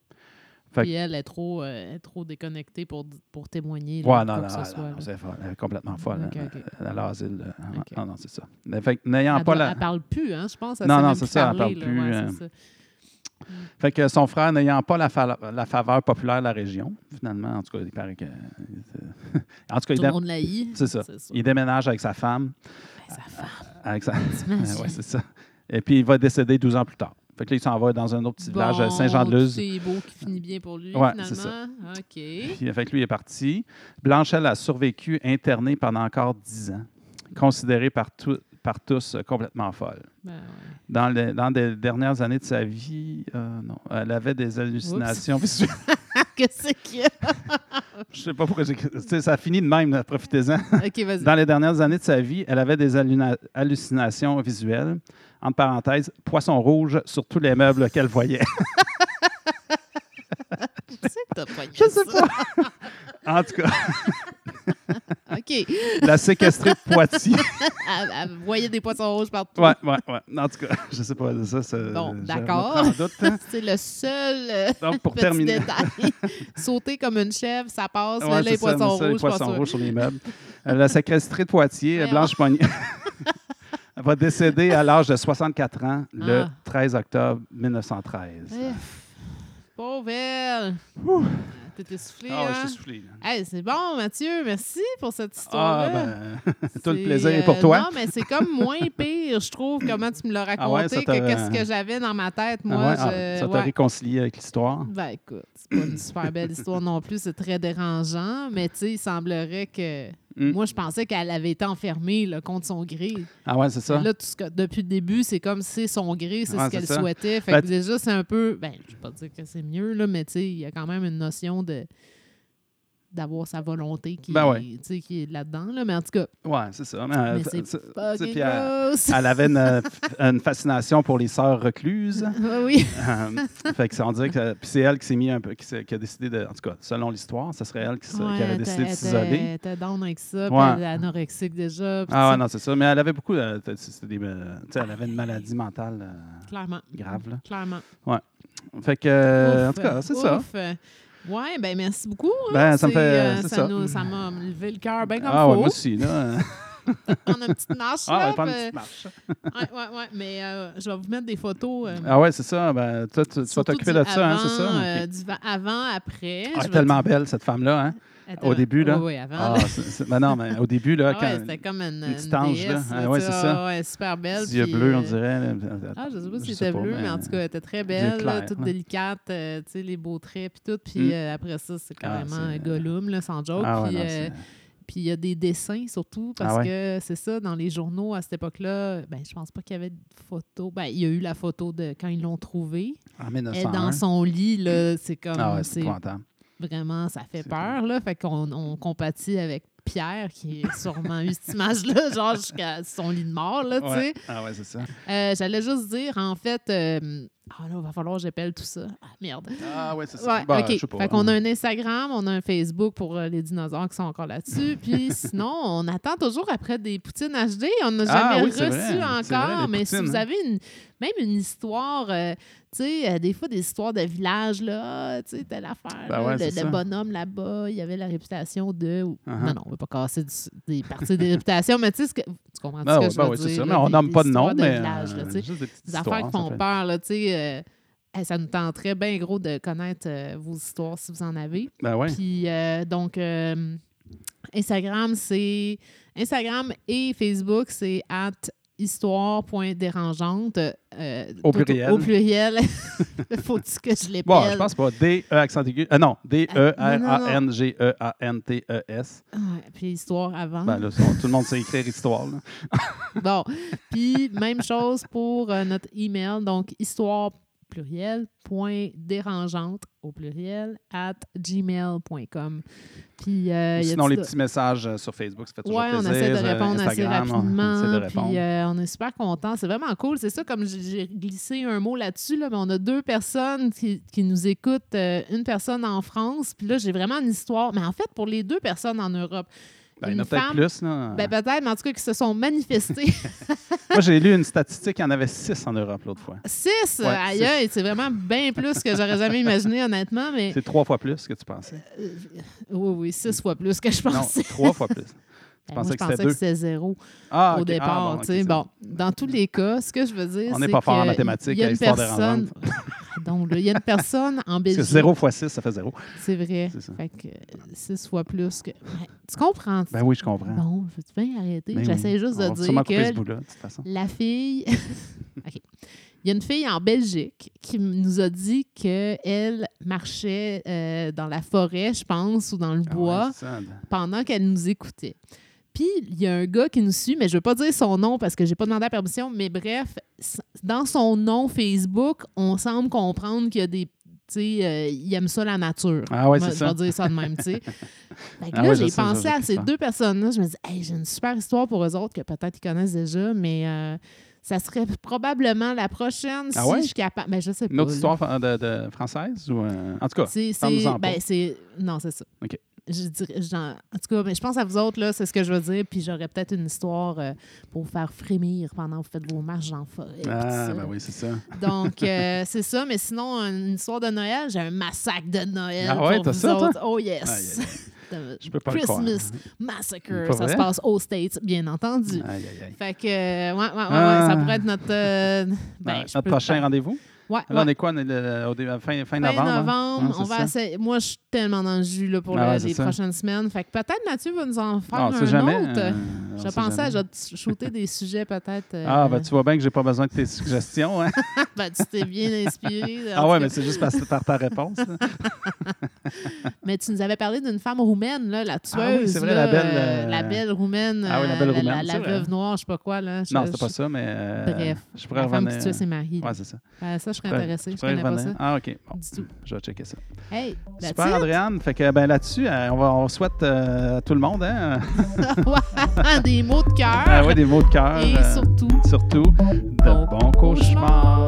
Fait
Puis elle est trop, euh, elle est trop déconnectée pour, pour témoigner. là,
Ouais,
de
non,
quoi
non,
que ce
non,
soit,
non,
là.
c'est folle, elle est complètement folle.
Ok,
hein,
ok.
à l'asile. là.
Ok. Ah,
Non, non, c'est ça. Mais fait que n'ayant
Elle,
pas
doit-
la-
elle parle plus, hein, je pense. sait
Non, non,
même
c'est
plus
ça, elle
parler,
parle
là, ouais,
plus, euh,
c'est ça.
Fait que son frère n'ayant pas la, fa- la faveur populaire de la région, finalement, en tout cas, il paraît que. en tout cas, il,
Tout le
dé-
monde la hait.
c'est ça.
sûr.
il déménage avec sa femme.
Ben, sa femme,
Avec sa...
t'imagines?
euh, ouais, c'est ça. Et puis, il va décéder 12 ans plus tard. Fait que là, il s'en va dans un autre petit village, euh,
Bon,
Saint-Jean-de-Luz.
C'est beau qui finit bien pour lui,
Ouais, c'est
finalement. OK.
Puis, fait que lui il est parti. Blanchel a survécu internée pendant encore 10 ans, considérée par, tout- par tous euh, complètement folle.
Ben, ouais.
Dans, le- dans les dernières années de sa vie, euh, non, elle avait des hallucinations visuelles.
Qu'est-ce qu'il y a?
Je sais pas pourquoi j'ai. tu sais, Ça finit de même, là, profitez-en.
OK, vas-y.
Dans les dernières années de sa vie, elle avait des alluna- hallucinations visuelles. Entre parenthèses, poisson rouge sur tous les meubles qu'elle voyait.
Je sais que t'as pas
Je sais pas. en tout cas,
OK.
la séquestrée de Poitiers.
Elle, elle voyait des poissons rouges partout.
Ouais, ouais, ouais. En tout cas, je sais pas. Ça, c'est-
Bon,
je
d'accord.
me prends en doute, hein.
C'est le seul euh,
Donc, pour
petit
terminer.
détail. Sauter comme une chèvre, ça passe.
Ouais,
là,
c'est
les
ça,
poissons
mais ça,
rouges,
les
pas
poissons
sûr.
rouges sur les meubles. Euh, la séquestrée de Poitiers,
Voyons.
Blanche Poignet, va décéder à l'âge de 64 ans le
Ah.
13 octobre 1913.
Eh, Pauvre elle. T'es essoufflé,
Ah, ouais,
hein?
je suis soufflé. là.
Hey, c'est bon, Mathieu. Merci pour cette histoire-là.
Ah, ben, tout le
C'est,
plaisir est pour
euh,
toi.
Non, mais c'est comme moins pire, je trouve, comment tu me l'as raconté,
Ah ouais, ça t'a-
que qu'est-ce que j'avais dans ma tête,
Ah
moi.
ouais, ah,
je-
ça t'a
ouais.
réconcilié avec l'histoire.
Ben écoute, c'est pas une super belle histoire non plus, c'est très dérangeant, mais tu sais, il semblerait que...
Mm.
Moi, je pensais qu'elle avait été enfermée là, contre son gré.
Ah ouais, c'est ça.
Mais Là, tout ce que- depuis le début, c'est comme c'est son gré, c'est
Ouais,
ce
c'est
qu'elle
ça.
souhaitait. Fait
Ben,
que déjà, c'est un peu... Ben, je vais pas dire que c'est mieux, là, mais tu sais, il y a quand même une notion de d'avoir sa volonté qui,
Ben ouais.
tu sais, qui est là-dedans. Là. Mais en tout cas,
Ouais, c'est ça. Mais, euh,
mais
ça-
c'est
ça- tu sais,
fucking
puis elle,
gross.
elle avait une, euh, une fascination pour les sœurs recluses.
Ah oui.
Euh, fait que ça, on dirait que puis c'est elle qui s'est mis un peu, qui, s'est- qui a décidé de, en tout cas, selon l'histoire, ce serait elle qui, s'est- qui
Ouais,
aurait
elle
décidé de
était- Elle
s'isoler.
était down avec ça,
Ouais.
puis elle est anorexique déjà. puis
Ah ouais,
tu
non, c'est ça. Mais elle avait beaucoup, euh, t- c'était des, euh, tu sais, elle avait une maladie mentale euh,
sais, Clairement.
grave. là.
Clairement.
Fait que, euh,
Ouf,
en tout cas, c'est
ouf.
ça.
Ouais, ben merci beaucoup. hein.
Ben, ça me
C'est,
fait-
euh,
c'est
ça
ça.
nous- ça m'a levé le cœur bien comme
Ah ouais,
faut.
moi aussi, là.
prendre une petite marche.
Ah, on
là,
va prendre une
puis-
petite marche.
Ouais, ouais, ouais. Mais euh, je vais vous mettre des photos. euh,
Ah ouais, c'est ça. Ben, toi, tu, tu vas
surtout
t'occuper
du
de ça, hein,
avant,
c'est ça?
euh,
Ok.
du va- avant, après.
Ah,
je vais
tellement
te-
belle, cette femme-là. Hein?
Attends,
au début, là.
Oui, oui, avant.
Ah,
là.
c'est- c'est- ben non, mais au début, là,
Ah ouais,
quand
c'était comme une,
une petite
une
ange, là.
déesse,
Ah ouais,
tu
c'est
sais,
ça.
ah ouais, super belle.
les yeux
puis,
bleus, on
euh,
dirait. là.
Ah, je sais pas si
Je
c'était
sais pas,
bleu, mais,
mais
en tout cas, elle était très
yeux
belle, là,
clairs,
toute
là.
délicate, euh, tu sais, les beaux traits, puis tout. Puis
Mm.
euh, après ça, c'est
Ah,
carrément
c'est-
un Gollum, là, sans joke.
Ah ouais,
puis
non,
euh,
c'est-
puis il y a des dessins surtout, parce
Ah ouais.
que c'est ça, dans les journaux à cette époque-là, ben, je pense pas qu'il y avait de photo. Ben, il y a eu la photo de quand ils l'ont trouvée.
en
Elle,
1901.
dans son lit, là, c'est comme.
Ah ouais, c'est
c'est
épouvantable.
vraiment, ça fait
C'est
peur, là. Fait qu'on on compatit avec Pierre, qui a sûrement eu cette image-là, genre jusqu'à son lit de mort, là, tu sais.
Ouais. Ah ouais, c'est ça.
Euh, J'allais juste dire, en fait, euh, ah là, va falloir que j'appelle tout ça. Ah, merde.
Ah ouais, c'est ça.
Ouais,
Bah,
OK.
je sais pas.
Fait qu'on a un Instagram, on a un Facebook pour euh, les dinosaures qui sont encore là-dessus. Puis sinon, on attend toujours après des poutines HD. On n'a
Ah
jamais
oui,
reçu
c'est vrai. C'est vrai,
encore.
les
mais si
poutines,
vous
hein.
avez une, même une histoire, euh, tu sais, euh, des fois des histoires de village, là, ah, tu sais, telle affaire.
Ben
là,
ouais,
le,
c'est
le
ça.
bonhomme là-bas, il avait la réputation de. ou-
Uh-huh.
Non, non, on ne veut pas casser du- des parties des réputations, mais tu sais, ce que- tu comprends
Ah
ce
ouais,
que je
bah
veux
ouais,
dire?
c'est ça.
là,
Mais on
des-
nomme
des
pas de nom,
histoires
mais.
village, là,
euh,
tu sais
juste des petites
des affaires
histoires,
qui
ça
font
fait-
peur, là, tu sais. euh, eh, ça nous tenterait bien gros de connaître euh, vos histoires si vous en avez.
Ben ouais.
Puis euh, donc euh, Instagram, c'est Instagram et Facebook, c'est at histoire.dérangeante. euh,
Au
tout-
pluriel.
Au pluriel. Faut-tu que je
Bon,
l'épelle?
je pense pas. D-E accent aigu. Ah non, D-E-R-A-N-G-E-A-N-T-E-S.
Ouais, puis histoire avant.
Ben là, tout le monde sait écrire histoire. là.
Bon, puis même chose pour euh, notre email, donc histoire pluriel, point dérangeante au pluriel, at gmail.com. Puis, euh,
Ou
y a-tu
sinon, les
de-
petits messages euh, sur Facebook, ça fait toujours
Ouais, on
plaisir.
essaie de
Euh,
répondre assez
Instagram, on-
rapidement.
On essaie de répondre.
puis euh, on est super contents. C'est vraiment cool. C'est ça, comme j'ai- j'ai glissé un mot là-dessus, là, mais on a deux personnes qui, qui nous écoutent. euh, une personne en France, puis là, j'ai vraiment une histoire. Mais en fait, pour les deux personnes en Europe,
Ben, il y en a
une
peut-être
femme-
plus. là.
ben, peut-être, mais en tout cas, qui se sont manifestées
Moi, j'ai lu une statistique, il y en avait six en Europe l'autre fois.
6,
Ouais,
aïe, aïe, c'est vraiment bien plus que j'aurais jamais imaginé, honnêtement, mais
C'est trois fois plus que tu pensais.
euh, oui, oui, 6 fois plus que je
Non,
pensais.
trois fois plus.
Ben, moi,
pensais
je
que c'était
pensais
deux?
que c'était zéro
Ah,
au
ok. Ah,
départ.
bon, ok,
tu sais.
c'est
bon, dans tous les cas, ce que je veux dire,
On
c'est
n'est pas fort en
que
mathématiques,
il y a
à
une
histoire
personne... Donc, là, il y a une personne en
Parce que
Belgique.
0 fois 6, ça fait 0.
C'est vrai.
C'est ça.
Fait que 6 fois plus que. Ouais, Tu comprends?
Ben oui, je comprends.
Bon, je veux bien arrêter.
Ben oui.
J'essaie juste
On
de
va sûrement
dire
couper ce
que
bout-là, de toute façon.
La fille. OK. Il y a une fille en Belgique qui m- nous a dit qu'elle marchait euh, dans la forêt, je pense, ou dans le
Ah ouais,
bois,
c'est ça.
pendant qu'elle nous écoutait. Puis, il y a un gars qui nous suit, mais je ne veux pas dire son nom parce que j'ai pas demandé la permission, mais bref, s- dans son nom Facebook, on semble comprendre qu'il y a des. Tu sais, euh, il aime ça la nature.
Ah ouais,
Moi,
c'est
je vais
ça.
dire ça de même, tu sais. Fait que
Ah
là,
ouais, je
j'ai
sais, je
pensé
sais
à
qui
ces
parle.
deux personnes-là. Je me dis, hey, j'ai une super histoire pour eux autres que peut-être ils connaissent déjà, mais euh, ça serait probablement la prochaine
Ah
si
ouais?
je suis capable. Ben, je sais pas.
Une autre
là.
histoire fa- de, de française ou euh, en tout cas.
C'est, c'est,
parle-nous-en
ben,
pas.
c'est- non, c'est ça.
OK.
Je dirais, j'en- en tout cas, mais je pense à vous autres, là, c'est ce que je veux dire. Puis j'aurais peut-être une histoire euh, pour vous faire frémir pendant que vous faites vos marches en forêt. puis tout
Ah
ça.
ben oui, c'est ça.
Donc, euh, c'est ça. Mais sinon, une histoire de Noël, j'ai un massacre de Noël
Ah ouais,
pour
t'as
vous
ça, toi?
autres. Oh yes!
Aïe,
De-
Je peux pas le
Christmas
croire.
Massacre.
Pas
Ça
vrai?
se passe aux States, bien entendu.
Aïe, aïe, aïe.
Fait que, euh, ouais, ouais, ouais, ouais,
Ah.
ça pourrait être notre, euh, ben,
Ouais,
je
Ah, notre
peux
prochain
pas-
rendez-vous.
Ouais,
Là, on
ouais.
est quoi? On est le- au dé- fin, fin
Fin
novembre. hein?
novembre,
Hein,
on
c'est
va
ça.
essayer. Moi, je suis tellement dans le jus là, pour
Ah
euh,
ouais, c'est
les
ça.
prochaines semaines. Fait que peut-être Mathieu va nous en faire
Ah, on
un
sait jamais.
autre.
euh, on
je
sait
pensais à
jamais.
je vais te shooter des sujets peut-être. euh,
Ah, ben tu vois bien que j'ai pas besoin de tes suggestions. hein.
ben, tu t'es bien inspiré. en
Ah
tout
ouais,
cas.
mais c'est juste parce que par ta réponse. là.
Mais tu nous avais parlé d'une femme roumaine, là, la tueuse.
Ah oui, c'est vrai,
là,
la belle,
euh,
euh,
la belle roumaine.
Ah oui, la
euh,
belle roumaine,
La,
c'est vrai. hein.
veuve noire, je sais pas quoi. Là. Je-
non, c'était pas
je-
ça, mais euh,
Bref,
je pourrais
La femme
revenir.
qui tuait ses maris.
Ouais, c'est ça.
Ben, ça, je serais
pourrais-
intéressée. Je
pourrais
connais pas ça
revenir. Ah, OK. Bon,
du tout.
je vais checker ça.
Hey, that's
Super,
it.
Adriane. Fait que ben, là-dessus, euh, on, va- on souhaite euh, à tout le monde hein,
Ouais, des mots de cœur.
euh, ouais, des mots de cœur.
Et
euh,
surtout,
surtout de
Bon
bons cauchemars.